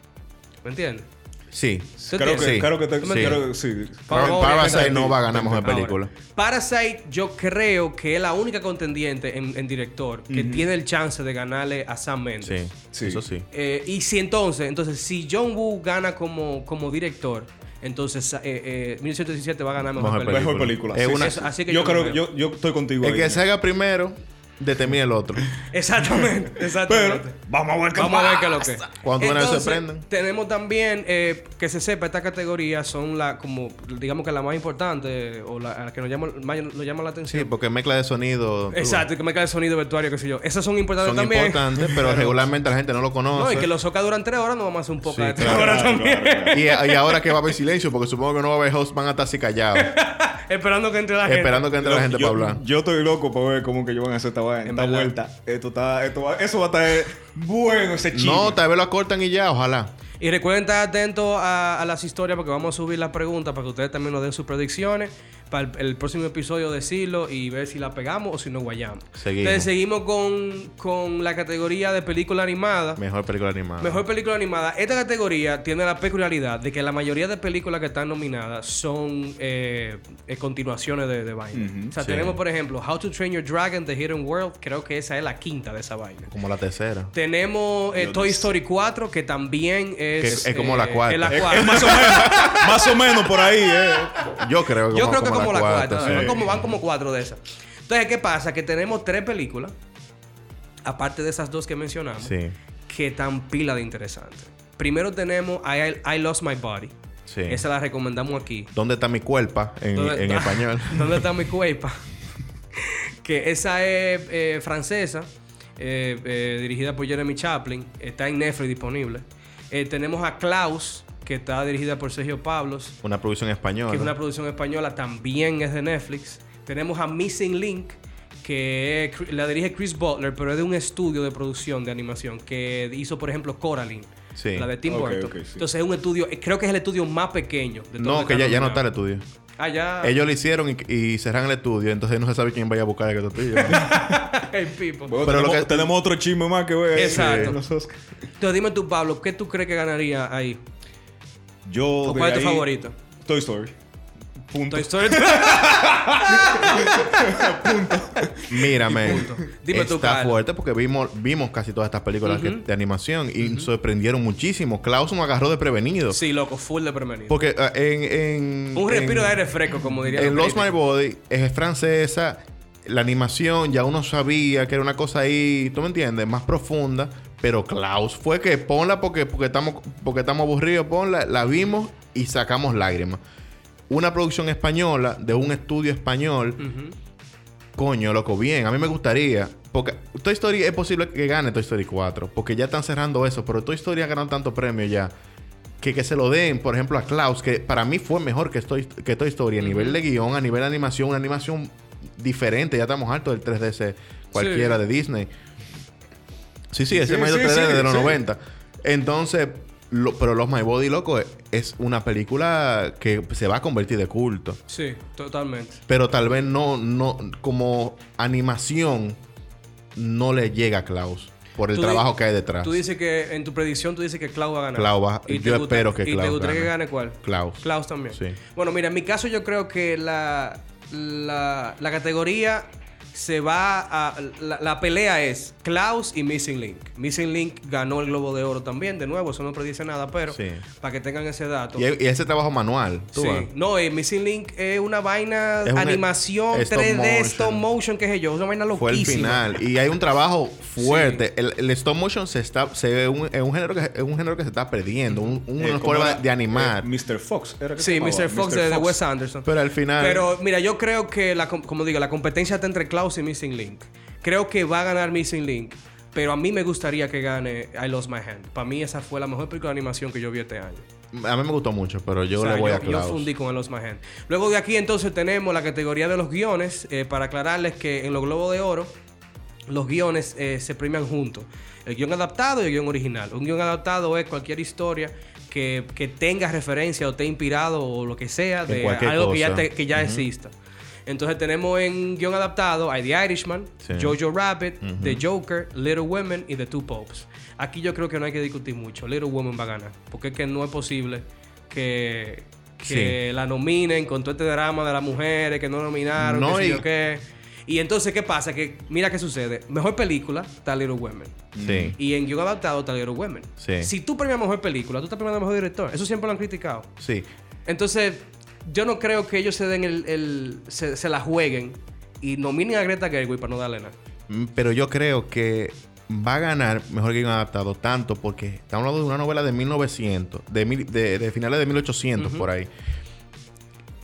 [SPEAKER 2] ¿Me entiendes?
[SPEAKER 4] Sí.
[SPEAKER 2] ¿Tú
[SPEAKER 3] Creo que,
[SPEAKER 2] entiendes?
[SPEAKER 4] Sí.
[SPEAKER 3] creo que te-
[SPEAKER 4] Sí.
[SPEAKER 3] creo que- sí.
[SPEAKER 2] Por favor,
[SPEAKER 4] Parasite
[SPEAKER 3] obviamente.
[SPEAKER 4] no va a ganar mejor
[SPEAKER 2] Ahora,
[SPEAKER 4] película.
[SPEAKER 2] Parasite, yo creo que es la única contendiente en, en director que tiene el chance de ganarle a Sam Méndez.
[SPEAKER 4] Sí,
[SPEAKER 3] Sí.
[SPEAKER 4] eso sí.
[SPEAKER 2] Eh, y si entonces, entonces, si John Woo gana como, como director, entonces eh, eh, 1917 va a ganar mejor,
[SPEAKER 4] Mejor
[SPEAKER 2] película.
[SPEAKER 3] Mejor película.
[SPEAKER 4] Es
[SPEAKER 3] sí.
[SPEAKER 4] una-
[SPEAKER 2] Eso, así que
[SPEAKER 3] yo,
[SPEAKER 2] yo
[SPEAKER 3] creo
[SPEAKER 2] lo
[SPEAKER 3] que yo, yo estoy contigo.
[SPEAKER 4] El
[SPEAKER 3] ahí.
[SPEAKER 4] que se haga primero, determina el otro.
[SPEAKER 2] Exactamente, exactamente.
[SPEAKER 3] Pero vamos a ver qué
[SPEAKER 2] Vamos a ver
[SPEAKER 3] pasa.
[SPEAKER 2] qué es lo que. es.
[SPEAKER 4] Cuando una vez se
[SPEAKER 2] Entonces,
[SPEAKER 4] sorprendan.
[SPEAKER 2] Tenemos también eh, que se sepa, estas categorías son la como digamos que la más importante o la, a la que nos llama, más nos llama la atención.
[SPEAKER 4] Sí, porque mezcla de sonido. tú
[SPEAKER 2] Exacto, y que me cae el sonido vestuario, qué sé yo. Esas son
[SPEAKER 4] ves,
[SPEAKER 2] importantes
[SPEAKER 4] Son
[SPEAKER 2] también.
[SPEAKER 4] importantes, pero regularmente la gente no lo
[SPEAKER 2] No,
[SPEAKER 4] conoce.
[SPEAKER 2] y que los socas duran tres horas, no vamos a hacer un podcast
[SPEAKER 4] Sí,
[SPEAKER 2] de tres
[SPEAKER 4] claro,
[SPEAKER 2] horas
[SPEAKER 3] Claro,
[SPEAKER 2] también.
[SPEAKER 3] claro, claro.
[SPEAKER 4] y, y ahora que va a haber silencio, porque supongo que no va a haber host, van a estar así callados,
[SPEAKER 2] Esperando que entre la gente.
[SPEAKER 4] esperando que entre la gente
[SPEAKER 3] yo,
[SPEAKER 4] para hablar.
[SPEAKER 3] yo estoy loco para ver cómo que yo van a hacer esta, vaina,
[SPEAKER 2] En
[SPEAKER 3] esta
[SPEAKER 2] verdad.
[SPEAKER 3] vuelta. Esto está, esto va- eso va a estar bueno ese chisme.
[SPEAKER 4] No, tal vez lo acortan y ya, ojalá.
[SPEAKER 2] Y recuerden estar atentos a, a las historias porque vamos a subir las preguntas para que ustedes también nos den sus predicciones para el, el próximo episodio decirlo y ver si la pegamos o si no guayamos.
[SPEAKER 4] Seguimos.
[SPEAKER 2] Entonces seguimos con, con la categoría de película animada.
[SPEAKER 4] Mejor película animada.
[SPEAKER 2] Mejor película animada. Esta categoría tiene la peculiaridad de que la mayoría de películas que están nominadas son eh, eh, continuaciones de, de vaina. o sea,
[SPEAKER 4] sí.
[SPEAKER 2] tenemos por ejemplo How to Train Your Dragon, The Hidden World. Creo que esa es la quinta de esa vaina.
[SPEAKER 4] Como la tercera.
[SPEAKER 2] Tenemos eh,
[SPEAKER 3] Dios.
[SPEAKER 2] Toy Story 4, que también es.
[SPEAKER 4] Que es- es como
[SPEAKER 2] eh,
[SPEAKER 4] la cuarta.
[SPEAKER 2] es la
[SPEAKER 4] Es-
[SPEAKER 2] cuarta.
[SPEAKER 3] Más o menos, más o menos por ahí, eh.
[SPEAKER 4] Yo creo que
[SPEAKER 2] Yo
[SPEAKER 4] como,
[SPEAKER 2] creo que
[SPEAKER 4] como la cuarta. sí.
[SPEAKER 2] van, como, van como cuatro de esas. Entonces, ¿qué pasa? Que tenemos tres películas, aparte de esas dos que mencionamos,
[SPEAKER 4] Sí.
[SPEAKER 2] que tan pila de interesantes. Primero tenemos I, I Lost My Body.
[SPEAKER 4] Sí.
[SPEAKER 2] Esa la recomendamos aquí.
[SPEAKER 4] ¿Dónde está mi cuerpa? En,
[SPEAKER 2] ¿Dónde-
[SPEAKER 4] en español.
[SPEAKER 2] ¿Dónde está mi cuerpa? que esa es eh, francesa, eh, eh, dirigida por Jeremy Chaplin. Está en Netflix disponible. Eh, tenemos a Klaus, que está dirigida por Sergio Pablos,
[SPEAKER 4] Una producción española.
[SPEAKER 2] que es una producción española, también es de Netflix. Tenemos a Missing Link, que es Cri- la dirige Chris Butler, pero es de un estudio de producción de animación que hizo, por ejemplo, Coraline.
[SPEAKER 4] Sí.
[SPEAKER 2] La de Tim
[SPEAKER 3] Ok,
[SPEAKER 2] Burton.
[SPEAKER 3] ok, sí.
[SPEAKER 2] Entonces es un estudio, eh, creo que es el estudio más pequeño. de todos los
[SPEAKER 4] no, que ya,
[SPEAKER 2] están
[SPEAKER 4] ya no está el
[SPEAKER 2] nominados.
[SPEAKER 4] estudio.
[SPEAKER 2] Ah, ya.
[SPEAKER 4] Ellos lo hicieron y, y cerran el estudio, entonces no se sabe quién vaya a buscar el estudio.
[SPEAKER 2] El people.
[SPEAKER 3] Bueno,
[SPEAKER 4] Pero lo
[SPEAKER 3] tenemos,
[SPEAKER 4] que-
[SPEAKER 3] tenemos otro chisme más que ver.
[SPEAKER 2] Exacto.
[SPEAKER 3] en los Oscars.
[SPEAKER 2] Entonces dime tú, Pablo, ¿qué tú crees que ganaría ahí?
[SPEAKER 3] Yo
[SPEAKER 2] ¿O
[SPEAKER 3] de
[SPEAKER 2] cuál es
[SPEAKER 3] ahí-
[SPEAKER 2] tu favorito?
[SPEAKER 3] Toy Story. Punto.
[SPEAKER 2] Toy Story.
[SPEAKER 4] Mírame.
[SPEAKER 2] punto. Dime tú,
[SPEAKER 4] está
[SPEAKER 2] Carlos.
[SPEAKER 4] fuerte porque vimos, vimos casi todas estas películas que- de animación y sorprendieron muchísimo. Klaus nos agarró de prevenido.
[SPEAKER 2] sí, loco, full de prevenido.
[SPEAKER 4] Porque ah, en, en-
[SPEAKER 2] Un respiro de
[SPEAKER 4] en-
[SPEAKER 2] aire fresco, como diría
[SPEAKER 4] En
[SPEAKER 2] los
[SPEAKER 4] Lost My
[SPEAKER 2] críticos.
[SPEAKER 4] Body es francesa. La animación ya uno sabía que era una cosa ahí, ¿tú me entiendes? Más profunda. Pero Klaus fue que ponla porque, porque, estamos, porque estamos aburridos, ponla. La vimos y sacamos lágrimas. Una producción española de un estudio español.
[SPEAKER 2] Ujú.
[SPEAKER 4] Coño, loco, bien. A mí me gustaría. Porque Toy Story es posible que gane Toy Story 4. Porque ya están cerrando eso. Pero Toy Story ha ganado tanto premio ya. Que, que se lo den, por ejemplo, a Klaus. Que para mí fue mejor que Toy, que Toy Story. A nivel de guión, a nivel de animación. Una animación diferente. Ya estamos hartos del 3DC. Cualquiera de Disney. Sí, sí, ese
[SPEAKER 3] Sí,
[SPEAKER 4] medio
[SPEAKER 3] sí,
[SPEAKER 4] 3D
[SPEAKER 3] sí,
[SPEAKER 4] de los
[SPEAKER 3] sí.
[SPEAKER 4] 90. Entonces... lo- pero Los My Body, loco, es- es una película que se va a convertir de culto
[SPEAKER 2] Sí, totalmente.
[SPEAKER 4] pero tal vez no, no, como animación, no le llega a Klaus por el
[SPEAKER 2] Tú di-
[SPEAKER 4] trabajo que hay detrás.
[SPEAKER 2] Tú dices que en tu predicción tú dices que Klaus va a ganar.
[SPEAKER 4] Klaus va-
[SPEAKER 2] Y te
[SPEAKER 4] yo
[SPEAKER 2] gusta-
[SPEAKER 4] espero que
[SPEAKER 2] ¿Y
[SPEAKER 4] Klaus
[SPEAKER 2] te gustaría que
[SPEAKER 4] gane.
[SPEAKER 2] gane cuál?
[SPEAKER 4] Klaus.
[SPEAKER 2] Klaus también.
[SPEAKER 4] Sí.
[SPEAKER 2] Bueno, mira, en mi caso yo creo que la, la, la categoría se va a. La, la pelea es Klaus y Missing Link. Missing Link ganó el Globo de Oro también, de nuevo, eso no predice nada, pero
[SPEAKER 4] Sí.
[SPEAKER 2] para que tengan ese dato.
[SPEAKER 4] Y, e- y ese trabajo manual. tú
[SPEAKER 2] Sí.
[SPEAKER 4] vas.
[SPEAKER 2] No, eh, Missing Link es una vaina
[SPEAKER 4] Es una-
[SPEAKER 2] animación
[SPEAKER 4] stop
[SPEAKER 2] 3D,
[SPEAKER 4] motion.
[SPEAKER 2] stop motion, qué sé yo, una vaina
[SPEAKER 4] Fue el
[SPEAKER 2] loquísima.
[SPEAKER 4] final. Y hay un trabajo fuerte. El, el stop motion se está, se ve un, es, un género que, es un género que se está perdiendo. Un, una
[SPEAKER 3] Eh, ¿cómo
[SPEAKER 4] forma
[SPEAKER 3] era?
[SPEAKER 4] de animar.
[SPEAKER 3] Eh, Mr. Fox. ¿era que se
[SPEAKER 2] Sí,
[SPEAKER 3] llamaba?
[SPEAKER 2] Mr. Fox de, de Wes Anderson.
[SPEAKER 4] pero al final.
[SPEAKER 2] Pero mira, yo creo que, la, com- como digo, la competencia está entre Klaus y Missing Link. Creo que va a ganar Missing Link. Pero a mí me gustaría que gane I Lost My Hand. Para mí esa fue la mejor película de animación que yo vi este año.
[SPEAKER 4] a mí me gustó mucho, pero yo
[SPEAKER 2] O sea,
[SPEAKER 4] le voy
[SPEAKER 2] yo,
[SPEAKER 4] a
[SPEAKER 2] yo
[SPEAKER 4] Klaus.
[SPEAKER 2] fundí con I Lost My Hand. Luego de aquí entonces tenemos la categoría de los guiones. eh, para aclararles que en los Globos de Oro los guiones eh, se premian juntos. El guión adaptado y el guión original. Un guión adaptado es cualquier historia que, que tenga referencia o te inspirado o lo que sea
[SPEAKER 4] En
[SPEAKER 2] de
[SPEAKER 4] cualquier
[SPEAKER 2] algo que ya,
[SPEAKER 4] cosa.
[SPEAKER 2] te- que ya exista. Entonces tenemos en guión adaptado a The Irishman,
[SPEAKER 4] Sí.
[SPEAKER 2] Jojo Rabbit, The Joker, Little Women y The Two Popes. Aquí yo creo que no hay que discutir mucho. Little Women va a ganar. Porque es que no es posible que, que la nominen con todo este drama de las mujeres que no nominaron, que
[SPEAKER 4] No,
[SPEAKER 2] sé
[SPEAKER 4] y-
[SPEAKER 2] yo qué. Y entonces, ¿qué pasa? Que mira qué sucede. Mejor película, está Little Women.
[SPEAKER 4] Sí.
[SPEAKER 2] Y en guión adaptado, está Little Women.
[SPEAKER 4] Sí.
[SPEAKER 2] Si tú premias mejor película, tú estás premiando mejor director. Eso siempre lo han criticado.
[SPEAKER 4] Sí.
[SPEAKER 2] Entonces, yo no creo que ellos se den el... el- se, se la jueguen y nominen a Greta Gerwig para no darle nada.
[SPEAKER 4] Mm, Pero yo creo que va a ganar mejor guión adaptado tanto porque estamos hablando de una novela de 1900, de, mil- de, de finales de 1800 por ahí.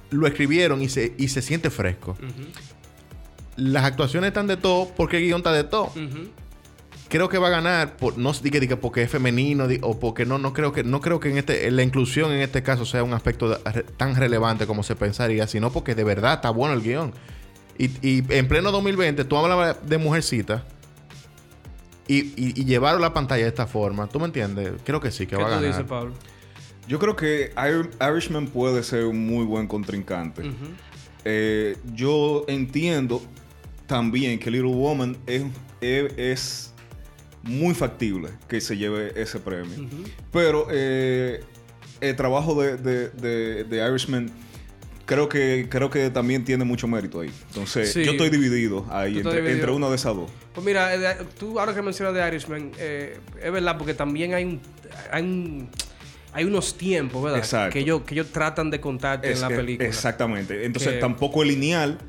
[SPEAKER 4] Lo escribieron y se, y se siente fresco. Las actuaciones están de todo porque el guión está de todo.
[SPEAKER 2] Ujú.
[SPEAKER 4] Creo que va a ganar, por, no diga, diga porque es femenino di- o porque no, no creo que, no creo que en este, la inclusión en este caso sea un aspecto de- re- tan relevante como se pensaría, sino porque de verdad está bueno el guión. Y, y en pleno 2020 tú hablabas de mujercita y, y, y llevaron la pantalla de esta forma. ¿Tú me entiendes? Creo que sí,
[SPEAKER 2] ¿Qué
[SPEAKER 4] que va a
[SPEAKER 2] tú
[SPEAKER 4] ganar.
[SPEAKER 2] dices, Pablo?
[SPEAKER 3] Yo creo que Ir- Irishman puede ser un muy buen contrincante. Eh, yo entiendo también que Little Woman es, es- es muy factible que se lleve ese premio. Pero eh, el trabajo de, de- de- de Irishman creo que, creo que también tiene mucho mérito ahí. Entonces,
[SPEAKER 2] Sí.
[SPEAKER 3] yo estoy dividido ahí
[SPEAKER 2] Tú estás
[SPEAKER 3] entre,
[SPEAKER 2] dividido.
[SPEAKER 3] entre una de esas dos.
[SPEAKER 2] Pues mira, eh, de- tú ahora que mencionas de Irishman, eh, es verdad, porque también hay un, hay un- hay unos tiempos, ¿verdad?
[SPEAKER 3] Exacto.
[SPEAKER 2] Que ellos, que ellos tratan de contarte
[SPEAKER 3] Es-
[SPEAKER 2] en la
[SPEAKER 3] es-
[SPEAKER 2] película.
[SPEAKER 3] Exactamente. Entonces,
[SPEAKER 2] Que-
[SPEAKER 3] tampoco es lineal.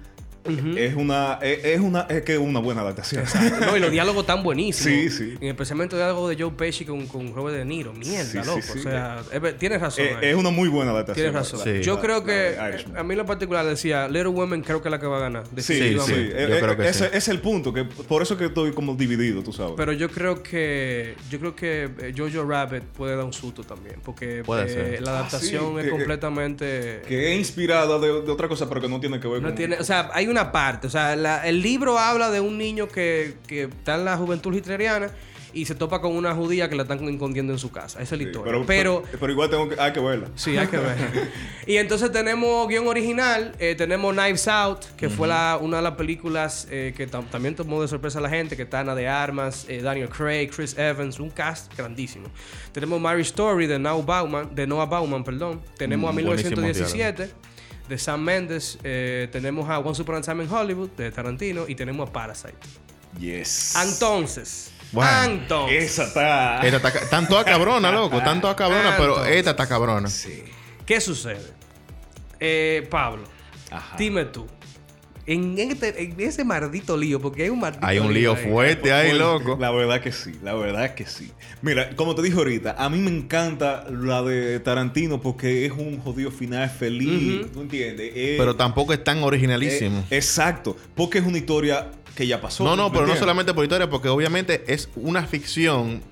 [SPEAKER 3] Es una, e, es, es una, es que es una buena adaptación.
[SPEAKER 2] No, y los diálogos tan buenísimos.
[SPEAKER 3] Sí, sí.
[SPEAKER 2] Y especialmente el diálogo de Joe Pesci con, con Robert De Niro. Mierda,
[SPEAKER 3] Sí, sí,
[SPEAKER 2] loco.
[SPEAKER 3] sí.
[SPEAKER 2] O sea, es ver- tienes razón.
[SPEAKER 3] Eh,
[SPEAKER 2] ahí.
[SPEAKER 3] es una muy buena adaptación.
[SPEAKER 2] Tienes razón.
[SPEAKER 4] Sí.
[SPEAKER 2] Yo
[SPEAKER 3] La-
[SPEAKER 2] creo
[SPEAKER 3] la
[SPEAKER 2] que
[SPEAKER 3] de
[SPEAKER 2] eh,
[SPEAKER 3] Irishman.
[SPEAKER 2] a mí en lo particular decía, Little Women creo que es la que va a ganar.
[SPEAKER 3] Sí, sí,
[SPEAKER 4] sí,
[SPEAKER 2] definitivamente.
[SPEAKER 4] yo
[SPEAKER 3] Eh, eh,
[SPEAKER 4] creo que
[SPEAKER 3] ese
[SPEAKER 4] sí.
[SPEAKER 3] es el punto, que por eso que estoy como dividido, tú sabes.
[SPEAKER 2] Pero yo creo que yo creo que eh, Jojo Rabbit puede dar un susto también, porque
[SPEAKER 4] Puede
[SPEAKER 2] eh,
[SPEAKER 4] ser.
[SPEAKER 2] la
[SPEAKER 3] Ah,
[SPEAKER 2] adaptación
[SPEAKER 3] sí,
[SPEAKER 2] es
[SPEAKER 3] que-
[SPEAKER 2] completamente
[SPEAKER 3] que es inspirada de, de otra cosa, pero que no tiene que ver
[SPEAKER 2] No
[SPEAKER 3] con...
[SPEAKER 2] tiene, o sea, hay una parte. O sea, la- el libro habla de un niño que, que está en la juventud hitleriana y se topa con una judía que la están escondiendo en su casa. Esa es la
[SPEAKER 3] Sí,
[SPEAKER 2] historia.
[SPEAKER 3] pero,
[SPEAKER 2] pero,
[SPEAKER 3] pero- pero igual tengo que, hay que verla.
[SPEAKER 2] Sí, hay que ver. y entonces tenemos guión original, eh, tenemos Knives Out, que fue la, una de las películas eh, que tam- también tomó de sorpresa a la gente, que está Ana de Armas, eh, Daniel Craig, Chris Evans, un cast grandísimo. Tenemos Marriage Story de, Noah Bauman, de Noah Bauman, perdón. Tenemos
[SPEAKER 4] Mm,
[SPEAKER 2] a
[SPEAKER 4] buenísimo
[SPEAKER 2] 1917 de Sam Mendes, eh, tenemos a Once Upon a Time in Hollywood de Tarantino y tenemos a Parasite.
[SPEAKER 3] Yes.
[SPEAKER 2] Entonces,
[SPEAKER 4] Bueno,
[SPEAKER 2] entonces,
[SPEAKER 3] Esa está...
[SPEAKER 4] Esta está ca- están todas cabronas, loco. Están todas cabronas, pero
[SPEAKER 2] Entonces.
[SPEAKER 4] esta está cabrona.
[SPEAKER 3] Sí.
[SPEAKER 2] ¿qué sucede? Eh, Pablo,
[SPEAKER 3] Ajá.
[SPEAKER 2] Dime tú. En, este- en ese maldito lío, porque hay un maldito
[SPEAKER 4] Hay un lío
[SPEAKER 2] ahí.
[SPEAKER 4] fuerte ahí,
[SPEAKER 3] Pues,
[SPEAKER 4] loco.
[SPEAKER 3] La verdad que sí, la verdad que sí. Mira, como te dije ahorita, a mí me encanta la de Tarantino porque es un jodido final feliz, ¿tú entiendes? Eh,
[SPEAKER 4] Pero tampoco es tan originalísimo.
[SPEAKER 3] Eh, exacto, porque es una historia que ya pasó.
[SPEAKER 4] No,
[SPEAKER 3] ¿me
[SPEAKER 4] no, pero no
[SPEAKER 3] entiendes?
[SPEAKER 4] solamente por historia, porque obviamente es una ficción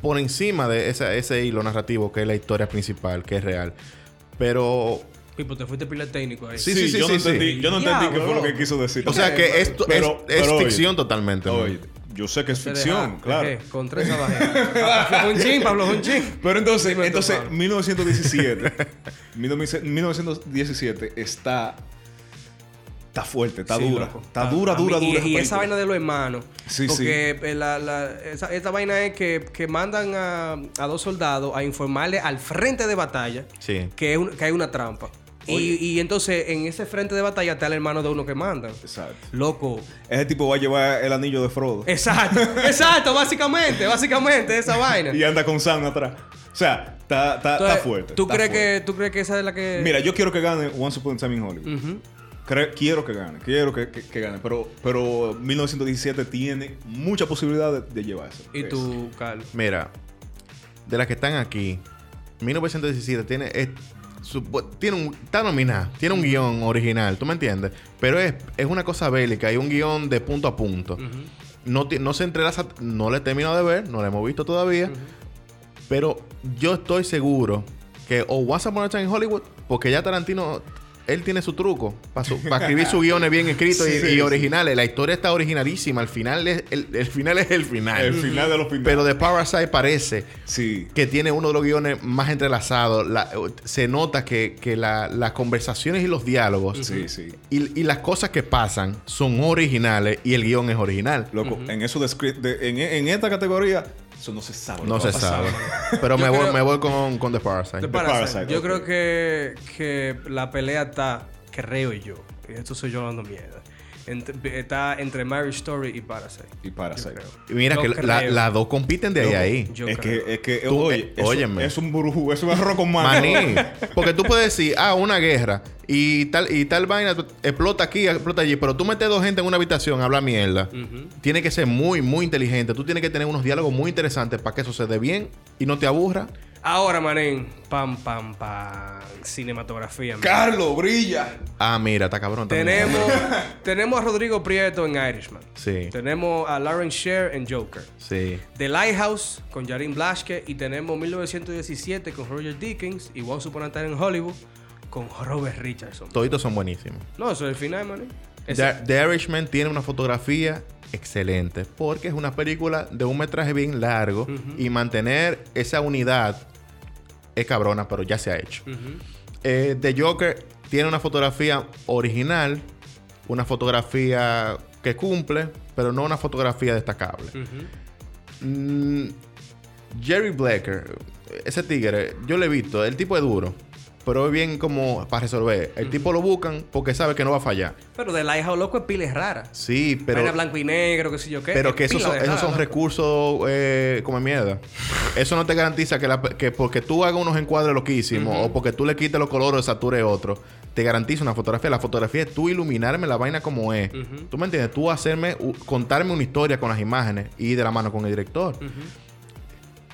[SPEAKER 4] por encima de esa- ese hilo narrativo que es la historia principal, que es real. Pero,
[SPEAKER 2] Pipo, te fuiste pila técnico ahí.
[SPEAKER 4] Sí,
[SPEAKER 3] Sí, yo, no
[SPEAKER 4] sí,
[SPEAKER 3] entendí,
[SPEAKER 2] sí.
[SPEAKER 3] yo no entendí qué
[SPEAKER 2] Diablo.
[SPEAKER 3] fue lo que quiso decir.
[SPEAKER 4] o sea que es, es-
[SPEAKER 3] Pero-
[SPEAKER 4] es
[SPEAKER 3] pero oye,
[SPEAKER 4] ficción totalmente. ¿no?
[SPEAKER 3] Oye, yo sé que es
[SPEAKER 2] Te
[SPEAKER 3] ficción,
[SPEAKER 2] dejaste,
[SPEAKER 3] claro.
[SPEAKER 2] eh, Con tres abajeras. un chin, Pablo, un chin.
[SPEAKER 3] Pero entonces,
[SPEAKER 2] Dime tú,
[SPEAKER 3] entonces
[SPEAKER 2] Pablo.
[SPEAKER 3] 1917. 1917 está. Está fuerte, está
[SPEAKER 2] Sí,
[SPEAKER 3] dura.
[SPEAKER 2] loco.
[SPEAKER 3] Está
[SPEAKER 2] A-
[SPEAKER 3] dura,
[SPEAKER 2] a
[SPEAKER 3] dura,
[SPEAKER 2] mí-
[SPEAKER 3] dura.
[SPEAKER 2] Y, y esa vaina de los hermanos.
[SPEAKER 3] Sí,
[SPEAKER 2] porque eh, la- la- esa, esta vaina es que, que mandan a, a dos soldados a informarle al frente de batalla
[SPEAKER 4] Sí.
[SPEAKER 2] que, es un- que hay una trampa. Y, y entonces en ese frente de batalla está el hermano de uno que manda.
[SPEAKER 3] Exacto.
[SPEAKER 2] Loco.
[SPEAKER 3] Ese tipo va a llevar el anillo de Frodo.
[SPEAKER 2] Exacto, exacto, básicamente, básicamente esa vaina.
[SPEAKER 3] Y anda con Sam atrás. O sea, está, está, está
[SPEAKER 2] Entonces,
[SPEAKER 3] fuerte.
[SPEAKER 2] ¿tú,
[SPEAKER 3] está
[SPEAKER 2] crees
[SPEAKER 3] fuerte.
[SPEAKER 2] Que, ¿Tú crees que esa es la que.?
[SPEAKER 3] Mira, yo quiero que gane Once Upon a Time in Hollywood.
[SPEAKER 2] Ujú.
[SPEAKER 3] Cre- quiero que gane, quiero que, que- que gane. Pero, pero 1917 tiene mucha posibilidad de, de llevarse.
[SPEAKER 2] Y tú, Carlos.
[SPEAKER 4] Mira, de las que están aquí, 1917 tiene, es- supo- tiene un, está nominada, tiene un guión original, ¿tú me entiendes? Pero es, es una cosa bélica, hay un guión de punto a punto. no, ti- no se entrelaza, no le he terminado de ver, no la hemos visto todavía, pero yo estoy seguro que o Once Upon a Time in Hollywood, porque ya Tarantino, él tiene su truco para escribir sus guiones bien escritos y,
[SPEAKER 3] Sí,
[SPEAKER 4] y
[SPEAKER 3] sí.
[SPEAKER 4] originales. La historia está originalísima, al final es el, el final es el final.
[SPEAKER 3] El final de los finales.
[SPEAKER 4] Pero The Parasite parece
[SPEAKER 3] Sí.
[SPEAKER 4] que tiene uno de los guiones más entrelazados. La- se nota que, que la- las conversaciones y los diálogos
[SPEAKER 3] Sí, sí.
[SPEAKER 4] y, y las cosas que pasan son originales y el guión es original.
[SPEAKER 3] Loco, en eso de script, de- en, en esta categoría, eso no se sabe. lo
[SPEAKER 4] No
[SPEAKER 3] que va
[SPEAKER 4] se
[SPEAKER 3] a pasar.
[SPEAKER 4] sabe. Pero me,
[SPEAKER 2] Yo
[SPEAKER 4] voy,
[SPEAKER 2] creo-
[SPEAKER 4] me voy con, con The Parasite.
[SPEAKER 2] The Parasite.
[SPEAKER 3] Parasite,
[SPEAKER 2] Yo
[SPEAKER 3] ok.
[SPEAKER 2] creo que, que la pelea está, creo yo, y esto soy yo hablando mierda, entre- está entre Marriage Story y Parasite.
[SPEAKER 3] Y para hacer.
[SPEAKER 2] creo.
[SPEAKER 4] Y Mira
[SPEAKER 2] Yo
[SPEAKER 4] que
[SPEAKER 2] creo.
[SPEAKER 4] la- las dos compiten de ahí a ahí.
[SPEAKER 2] Yo
[SPEAKER 3] es
[SPEAKER 2] creo.
[SPEAKER 3] que, es que,
[SPEAKER 4] Tú,
[SPEAKER 3] oye,
[SPEAKER 4] eh,
[SPEAKER 3] eso-
[SPEAKER 4] óyeme.
[SPEAKER 3] es un burujú, es un arroz con mano.
[SPEAKER 4] Maní. Porque tú puedes decir, ah, una guerra y tal, y tal vaina explota aquí, explota allí. Pero tú metes dos gente en una habitación, habla mierda. Tiene que ser muy, muy inteligente. Tú tienes que tener unos diálogos muy interesantes para que eso se dé bien y no te aburra.
[SPEAKER 2] Ahora, manen, pam, pam, pam, cinematografía. mira.
[SPEAKER 3] Carlos, brilla.
[SPEAKER 4] Ah, mira, está cabrón. también.
[SPEAKER 2] Tenemos, tenemos a Rodrigo Prieto en Irishman.
[SPEAKER 4] Sí.
[SPEAKER 2] Tenemos a Lauren Sher en Joker.
[SPEAKER 4] Sí.
[SPEAKER 2] The Lighthouse con Jarin Blaschke y tenemos 1917 con Roger Dickens y Once Upon a Time in Hollywood con Robert Richardson.
[SPEAKER 4] Toditos son buenísimos.
[SPEAKER 2] No, eso es el final, manín. Ese-
[SPEAKER 4] The, The Irishman tiene una fotografía excelente porque es una película de un metraje bien largo y mantener esa unidad es cabrona, pero ya se ha hecho.
[SPEAKER 2] Ujú.
[SPEAKER 4] Eh, The Joker tiene una fotografía original, una fotografía que cumple, pero no una fotografía destacable.
[SPEAKER 2] Ujú.
[SPEAKER 4] Mm, Jerry Blacker, ese tigre, yo lo he visto, el tipo es duro, pero es bien como para resolver. El tipo lo buscan porque sabe que no va a fallar.
[SPEAKER 2] Pero de Lighthouse loco es piles raras.
[SPEAKER 4] Sí, pero...
[SPEAKER 2] Vaina blanco y negro, qué sé yo qué.
[SPEAKER 4] Pero
[SPEAKER 2] Es
[SPEAKER 4] que esos
[SPEAKER 2] pila
[SPEAKER 4] son,
[SPEAKER 2] de
[SPEAKER 4] esos
[SPEAKER 2] rara,
[SPEAKER 4] son
[SPEAKER 2] loco.
[SPEAKER 4] recursos eh, como mierda. Eso no te garantiza que, la- que porque tú hagas unos encuadres loquísimos o porque tú le quites los colores o satures otro, te garantiza una fotografía. La fotografía es tú iluminarme la vaina como es.
[SPEAKER 2] Ujú.
[SPEAKER 4] ¿Tú me entiendes? Tú hacerme, u- contarme una historia con las imágenes y de la mano con el director.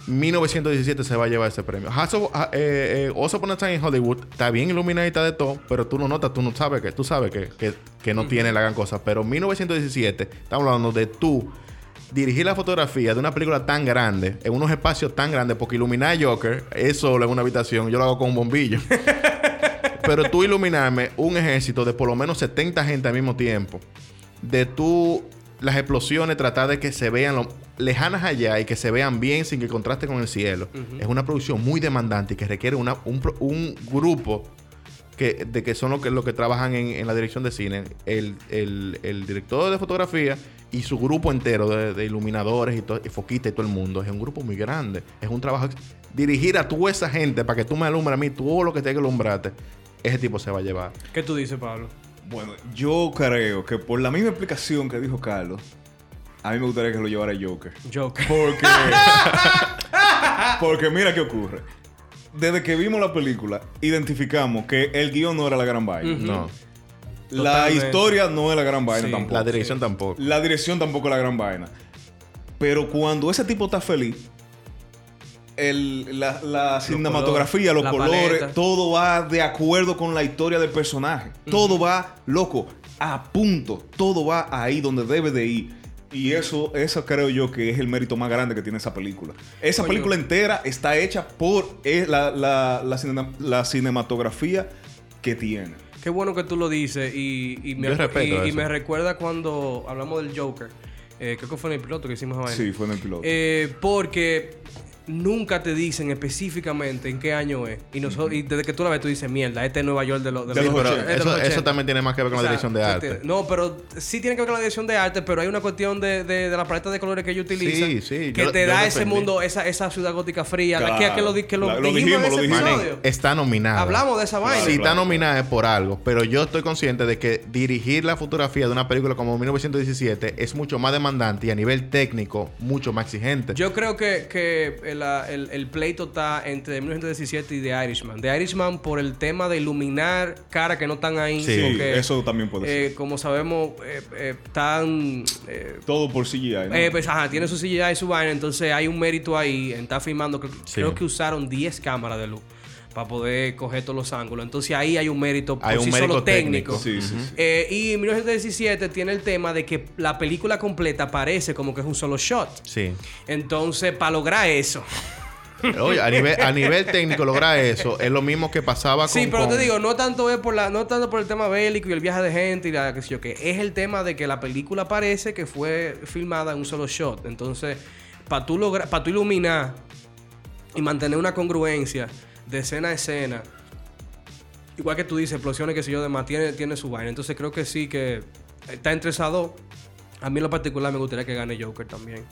[SPEAKER 4] 1917 se va a llevar ese premio. House of- ah, eh, eh, Once Upon a Time in Hollywood está bien iluminadita de todo, pero tú no notas, tú no sabes que, tú sabes que, que- que no tiene la gran cosa. Pero 1917, estamos hablando de tú dirigir la fotografía de una película tan grande, en unos espacios tan grandes, porque iluminar a Joker es solo en una habitación, yo lo hago con un bombillo. pero tú iluminarme un ejército de por lo menos 70 gente al mismo tiempo, de tú las explosiones, tratar de que se vean lo- lejanas allá y que se vean bien sin que contraste con el cielo. Es una producción muy demandante y que requiere una- un, pro- un grupo que, de que son los que, los que trabajan en, en la dirección de cine, el, el- el director de fotografía y su grupo entero de, de iluminadores y, to- y foquistas y todo el mundo. Es un grupo muy grande. Es un trabajo. ex- Dirigir a toda esa gente para que tú me alumbres a mí, todo lo que tengas que alumbrarte, ese tipo se va a llevar.
[SPEAKER 2] ¿Qué tú dices, Pablo?
[SPEAKER 3] Bueno, yo creo que por la misma explicación que dijo Carlos, a mí me gustaría que lo llevara Joker.
[SPEAKER 2] Joker.
[SPEAKER 3] Porque. porque mira qué ocurre. Desde que vimos la película, identificamos que el guión no era la gran vaina.
[SPEAKER 4] No.
[SPEAKER 3] La
[SPEAKER 2] Totalmente.
[SPEAKER 3] historia no es la gran vaina
[SPEAKER 2] Sí.
[SPEAKER 3] tampoco.
[SPEAKER 4] La dirección tampoco.
[SPEAKER 3] La dirección tampoco es la gran vaina. Pero cuando ese tipo está feliz, el- la, la cinematografía,
[SPEAKER 2] colores,
[SPEAKER 3] los
[SPEAKER 2] la
[SPEAKER 3] colores,
[SPEAKER 2] paleta.
[SPEAKER 3] todo va de acuerdo con la historia del personaje. Todo va loco, a punto. Todo va ahí donde debe de ir. Y eso, eso creo yo que es el mérito más grande que tiene esa película. Esa
[SPEAKER 2] Coño.
[SPEAKER 3] película entera está hecha por eh, la, la- la cine- la cinematografía que tiene.
[SPEAKER 2] Qué bueno que tú lo dices y, y me,
[SPEAKER 4] Yo respeto
[SPEAKER 2] y- y
[SPEAKER 4] eso.
[SPEAKER 2] me recuerda cuando hablamos del Joker. Eh, creo que fue en el piloto que hicimos a
[SPEAKER 3] Sí, fue en el piloto.
[SPEAKER 2] Eh, porque nunca te dicen específicamente en qué año es. Y, nosotros, y desde que tú la ves, tú dices, mierda, este es Nueva York de, lo- de
[SPEAKER 3] De
[SPEAKER 2] los
[SPEAKER 3] los
[SPEAKER 4] Pero
[SPEAKER 2] 80.
[SPEAKER 3] Sí,
[SPEAKER 2] Es de
[SPEAKER 4] eso,
[SPEAKER 2] los
[SPEAKER 4] eso
[SPEAKER 2] 80.
[SPEAKER 4] también tiene más que ver con
[SPEAKER 2] O
[SPEAKER 4] la
[SPEAKER 2] sea,
[SPEAKER 4] dirección de
[SPEAKER 2] ¿se
[SPEAKER 4] arte.
[SPEAKER 2] entiende? No, pero sí tiene que ver con la dirección de arte, pero hay una cuestión de, de- de la paleta de colores que ellos utilizan
[SPEAKER 4] Sí, sí,
[SPEAKER 2] que
[SPEAKER 4] yo-
[SPEAKER 2] te
[SPEAKER 4] yo
[SPEAKER 2] da
[SPEAKER 4] lo
[SPEAKER 2] ese
[SPEAKER 4] aprendí.
[SPEAKER 2] mundo, esa, esa ciudad gótica fría, la que,
[SPEAKER 3] Claro.
[SPEAKER 2] que lo, di- que lo,
[SPEAKER 3] Lo- lo
[SPEAKER 2] dijimos,
[SPEAKER 3] dijimos,
[SPEAKER 2] en ese
[SPEAKER 3] lo dijimos.
[SPEAKER 2] episodio.
[SPEAKER 4] Está nominada.
[SPEAKER 2] Hablamos de esa vaina.
[SPEAKER 4] Si está
[SPEAKER 3] Claro,
[SPEAKER 4] nominada es por algo, pero yo estoy consciente de que dirigir la fotografía de una película como 1917 es mucho más demandante y a nivel técnico mucho más exigente.
[SPEAKER 2] Yo creo que, que el, ah, el- el pleito está entre 1917 y The Irishman. The Irishman por el tema de iluminar caras que no están ahí.
[SPEAKER 4] Sí,
[SPEAKER 2] porque,
[SPEAKER 3] eso también puede ser.
[SPEAKER 2] eh, como sabemos, eh, eh, están... eh,
[SPEAKER 3] Todo por CGI. ¿no?
[SPEAKER 2] eh, pues, ajá, tiene su silla y su vaina, entonces hay un mérito ahí en estar filmando. Creo,
[SPEAKER 4] Sí.
[SPEAKER 2] creo que usaron 10 cámaras de luz para poder coger todos los ángulos. Entonces ahí hay un mérito por
[SPEAKER 4] Hay un
[SPEAKER 2] sí
[SPEAKER 4] mérito
[SPEAKER 2] solo técnico.
[SPEAKER 4] técnico.
[SPEAKER 3] sí, sí, sí.
[SPEAKER 2] Eh, y 1917 tiene el tema de que la película completa parece como que es un solo shot.
[SPEAKER 4] Sí.
[SPEAKER 2] Entonces, para lograr eso.
[SPEAKER 4] Oye, a nivel, a nivel técnico lograr eso es lo mismo que pasaba con...
[SPEAKER 2] Sí, pero te
[SPEAKER 4] con-
[SPEAKER 2] digo, no tanto es por la, no tanto por el tema bélico y el viaje de gente y la que sé yo qué. Es el tema de que la película parece que fue filmada en un solo shot. Entonces, para tú lograr, para tú iluminar y mantener una congruencia de escena a escena, igual que tú dices, explosiones, qué sé yo, demás, tiene, tiene su vaina. Entonces creo que sí que está entre esas dos. A mí en lo particular me gustaría que gane Joker también.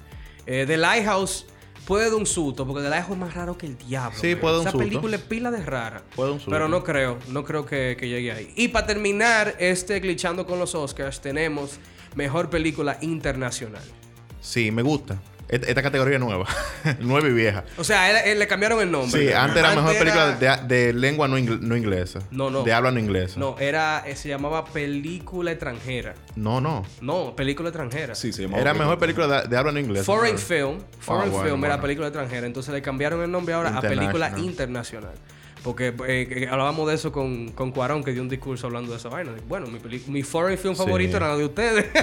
[SPEAKER 2] Eh, The Lighthouse puede de un susto, porque The Lighthouse es más raro que el diablo.
[SPEAKER 4] Sí,
[SPEAKER 2] man.
[SPEAKER 4] puede de un
[SPEAKER 2] Esa
[SPEAKER 4] susto.
[SPEAKER 2] película es pila de rara.
[SPEAKER 4] Puede de un susto.
[SPEAKER 2] Pero no creo, no creo que, que llegue ahí. Y para terminar este glitchando con los Oscars, tenemos mejor película internacional.
[SPEAKER 4] Sí, me gusta. Et- Esta categoría es nueva. nueva y vieja.
[SPEAKER 2] O sea, él- él- le cambiaron el nombre.
[SPEAKER 4] Sí, antes era mejor película
[SPEAKER 2] era-
[SPEAKER 4] de, de lengua no, ingle- no inglesa.
[SPEAKER 2] No, no.
[SPEAKER 4] De habla no inglesa.
[SPEAKER 2] No, era, eh, se llamaba película extranjera.
[SPEAKER 4] No, no.
[SPEAKER 2] No, película extranjera.
[SPEAKER 3] Sí, se llamaba
[SPEAKER 4] Era
[SPEAKER 3] Pepe.
[SPEAKER 4] mejor película de, de habla no inglesa.
[SPEAKER 2] Foreign Film. Foreign
[SPEAKER 4] bueno,
[SPEAKER 2] Film era
[SPEAKER 4] bueno.
[SPEAKER 2] película extranjera. Entonces le cambiaron el nombre ahora a película
[SPEAKER 4] International.
[SPEAKER 2] internacional. Porque eh, que hablábamos de eso con, con Cuarón, que dio un discurso hablando de esa vaina. Bueno, mi, peli- mi foreign film
[SPEAKER 4] Sí.
[SPEAKER 2] favorito era la de ustedes.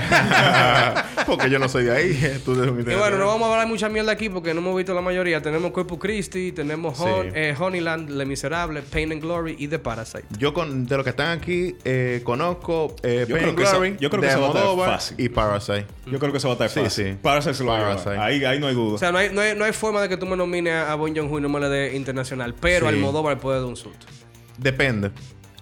[SPEAKER 4] Porque yo no soy de ahí. Tú eres un
[SPEAKER 2] y bueno, no vamos a hablar mucha mierda aquí porque no hemos visto la mayoría. Tenemos Cuerpo Christi, tenemos Hon-
[SPEAKER 4] Sí.
[SPEAKER 2] eh, Honeyland, Le Miserable, Pain and Glory y The Parasite.
[SPEAKER 4] Yo con, de los que están aquí eh, conozco eh,
[SPEAKER 3] Yo
[SPEAKER 4] Pain
[SPEAKER 3] creo
[SPEAKER 4] and
[SPEAKER 3] que esa-
[SPEAKER 4] Glory,
[SPEAKER 3] yo creo que
[SPEAKER 4] de
[SPEAKER 3] esa va a estar
[SPEAKER 4] Almodóvar
[SPEAKER 3] fácil.
[SPEAKER 4] y Parasite.
[SPEAKER 3] Yo creo que esa batalla es
[SPEAKER 4] Sí,
[SPEAKER 3] fácil.
[SPEAKER 4] sí.
[SPEAKER 3] Parasite se lo va a llevar.
[SPEAKER 4] Parasite.
[SPEAKER 3] Ahí, ahí no hay duda.
[SPEAKER 2] O sea, no hay, no, hay, no hay forma de que tú me nomines a Bon Joon-ho y no me le dé internacional. Pero
[SPEAKER 4] Sí.
[SPEAKER 2] Almodóvar puede dar un susto.
[SPEAKER 4] Depende.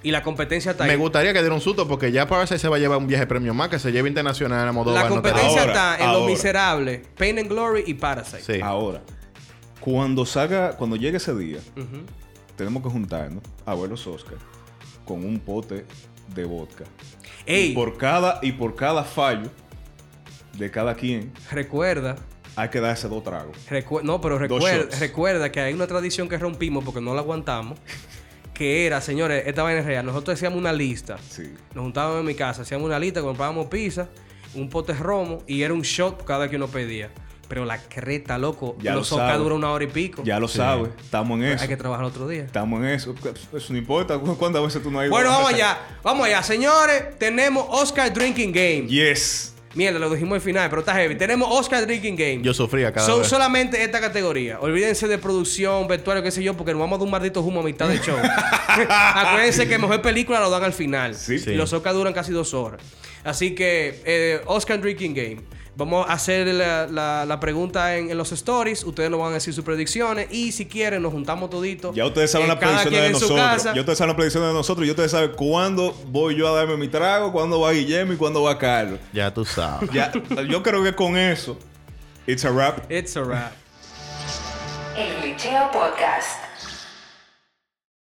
[SPEAKER 2] Y la competencia está ahí.
[SPEAKER 4] Me gustaría que diera un susto porque ya Parasite se va a llevar un viaje premio más que se lleve internacional a Almodóvar.
[SPEAKER 2] La
[SPEAKER 4] no te la-
[SPEAKER 2] competencia
[SPEAKER 3] Ahora,
[SPEAKER 2] está en Los
[SPEAKER 3] ahora.
[SPEAKER 2] Miserables, Pain and Glory y Parasite.
[SPEAKER 4] Sí.
[SPEAKER 3] Ahora, cuando salga, cuando llegue ese día, tenemos que juntarnos a ver los Oscars con un pote de vodka.
[SPEAKER 2] Ey,
[SPEAKER 3] Y por cada, y por cada fallo de cada quien,
[SPEAKER 2] recuerda,
[SPEAKER 3] hay que darse dos tragos.
[SPEAKER 2] recu- no, pero recuerda,
[SPEAKER 3] shots.
[SPEAKER 2] recuerda que hay una tradición que rompimos porque no la aguantamos. Que era, señores, esta vaina es real. Nosotros hacíamos una lista.
[SPEAKER 3] Sí.
[SPEAKER 2] Nos juntábamos en mi casa, hacíamos una lista, comprábamos pizza, un pote de romo y era un shot cada que uno pedía. Pero la creta, loco,
[SPEAKER 3] Ya
[SPEAKER 2] los
[SPEAKER 3] lo
[SPEAKER 2] Oscar
[SPEAKER 3] sabe.
[SPEAKER 2] dura una hora y pico.
[SPEAKER 3] Ya lo sabes, estamos en eso.
[SPEAKER 2] Hay que trabajar otro día.
[SPEAKER 3] Estamos en eso. Eso no importa. ¿cu- ¿Cuántas veces tú no has ido?
[SPEAKER 2] Bueno,
[SPEAKER 3] a-
[SPEAKER 2] vamos allá. Vamos allá, señores. Tenemos Oscar Drinking Game.
[SPEAKER 3] Yes.
[SPEAKER 2] Mierda, lo dijimos al final, pero está heavy. Tenemos Oscar Drinking Game.
[SPEAKER 4] Yo sufría cada
[SPEAKER 2] Son
[SPEAKER 4] vez.
[SPEAKER 2] solamente esta categoría. Olvídense de producción, vestuario, qué sé yo, porque nos vamos a dar un maldito humo a mitad del show. Acuérdense que mejor película lo dan al final.
[SPEAKER 3] Sí. Sí.
[SPEAKER 2] Y los Oscars duran casi dos horas. Así que, eh, Oscar Drinking Game. Vamos a hacer la, la- la pregunta en, en los stories. Ustedes nos van a decir sus predicciones. Y si quieren, nos juntamos toditos.
[SPEAKER 3] Ya ustedes saben
[SPEAKER 2] Eh,
[SPEAKER 3] las
[SPEAKER 2] cada
[SPEAKER 3] predicciones
[SPEAKER 2] quien
[SPEAKER 3] de
[SPEAKER 2] en su
[SPEAKER 3] nosotros.
[SPEAKER 2] casa.
[SPEAKER 3] Ya ustedes saben las predicciones de nosotros. Ya ustedes saben cuándo voy yo a darme mi trago, cuándo va Guillermo y cuándo va Carlos.
[SPEAKER 4] Ya tú sabes.
[SPEAKER 3] Ya, yo creo que con eso, it's a wrap.
[SPEAKER 2] It's a wrap.
[SPEAKER 1] El Glitcheo Podcast.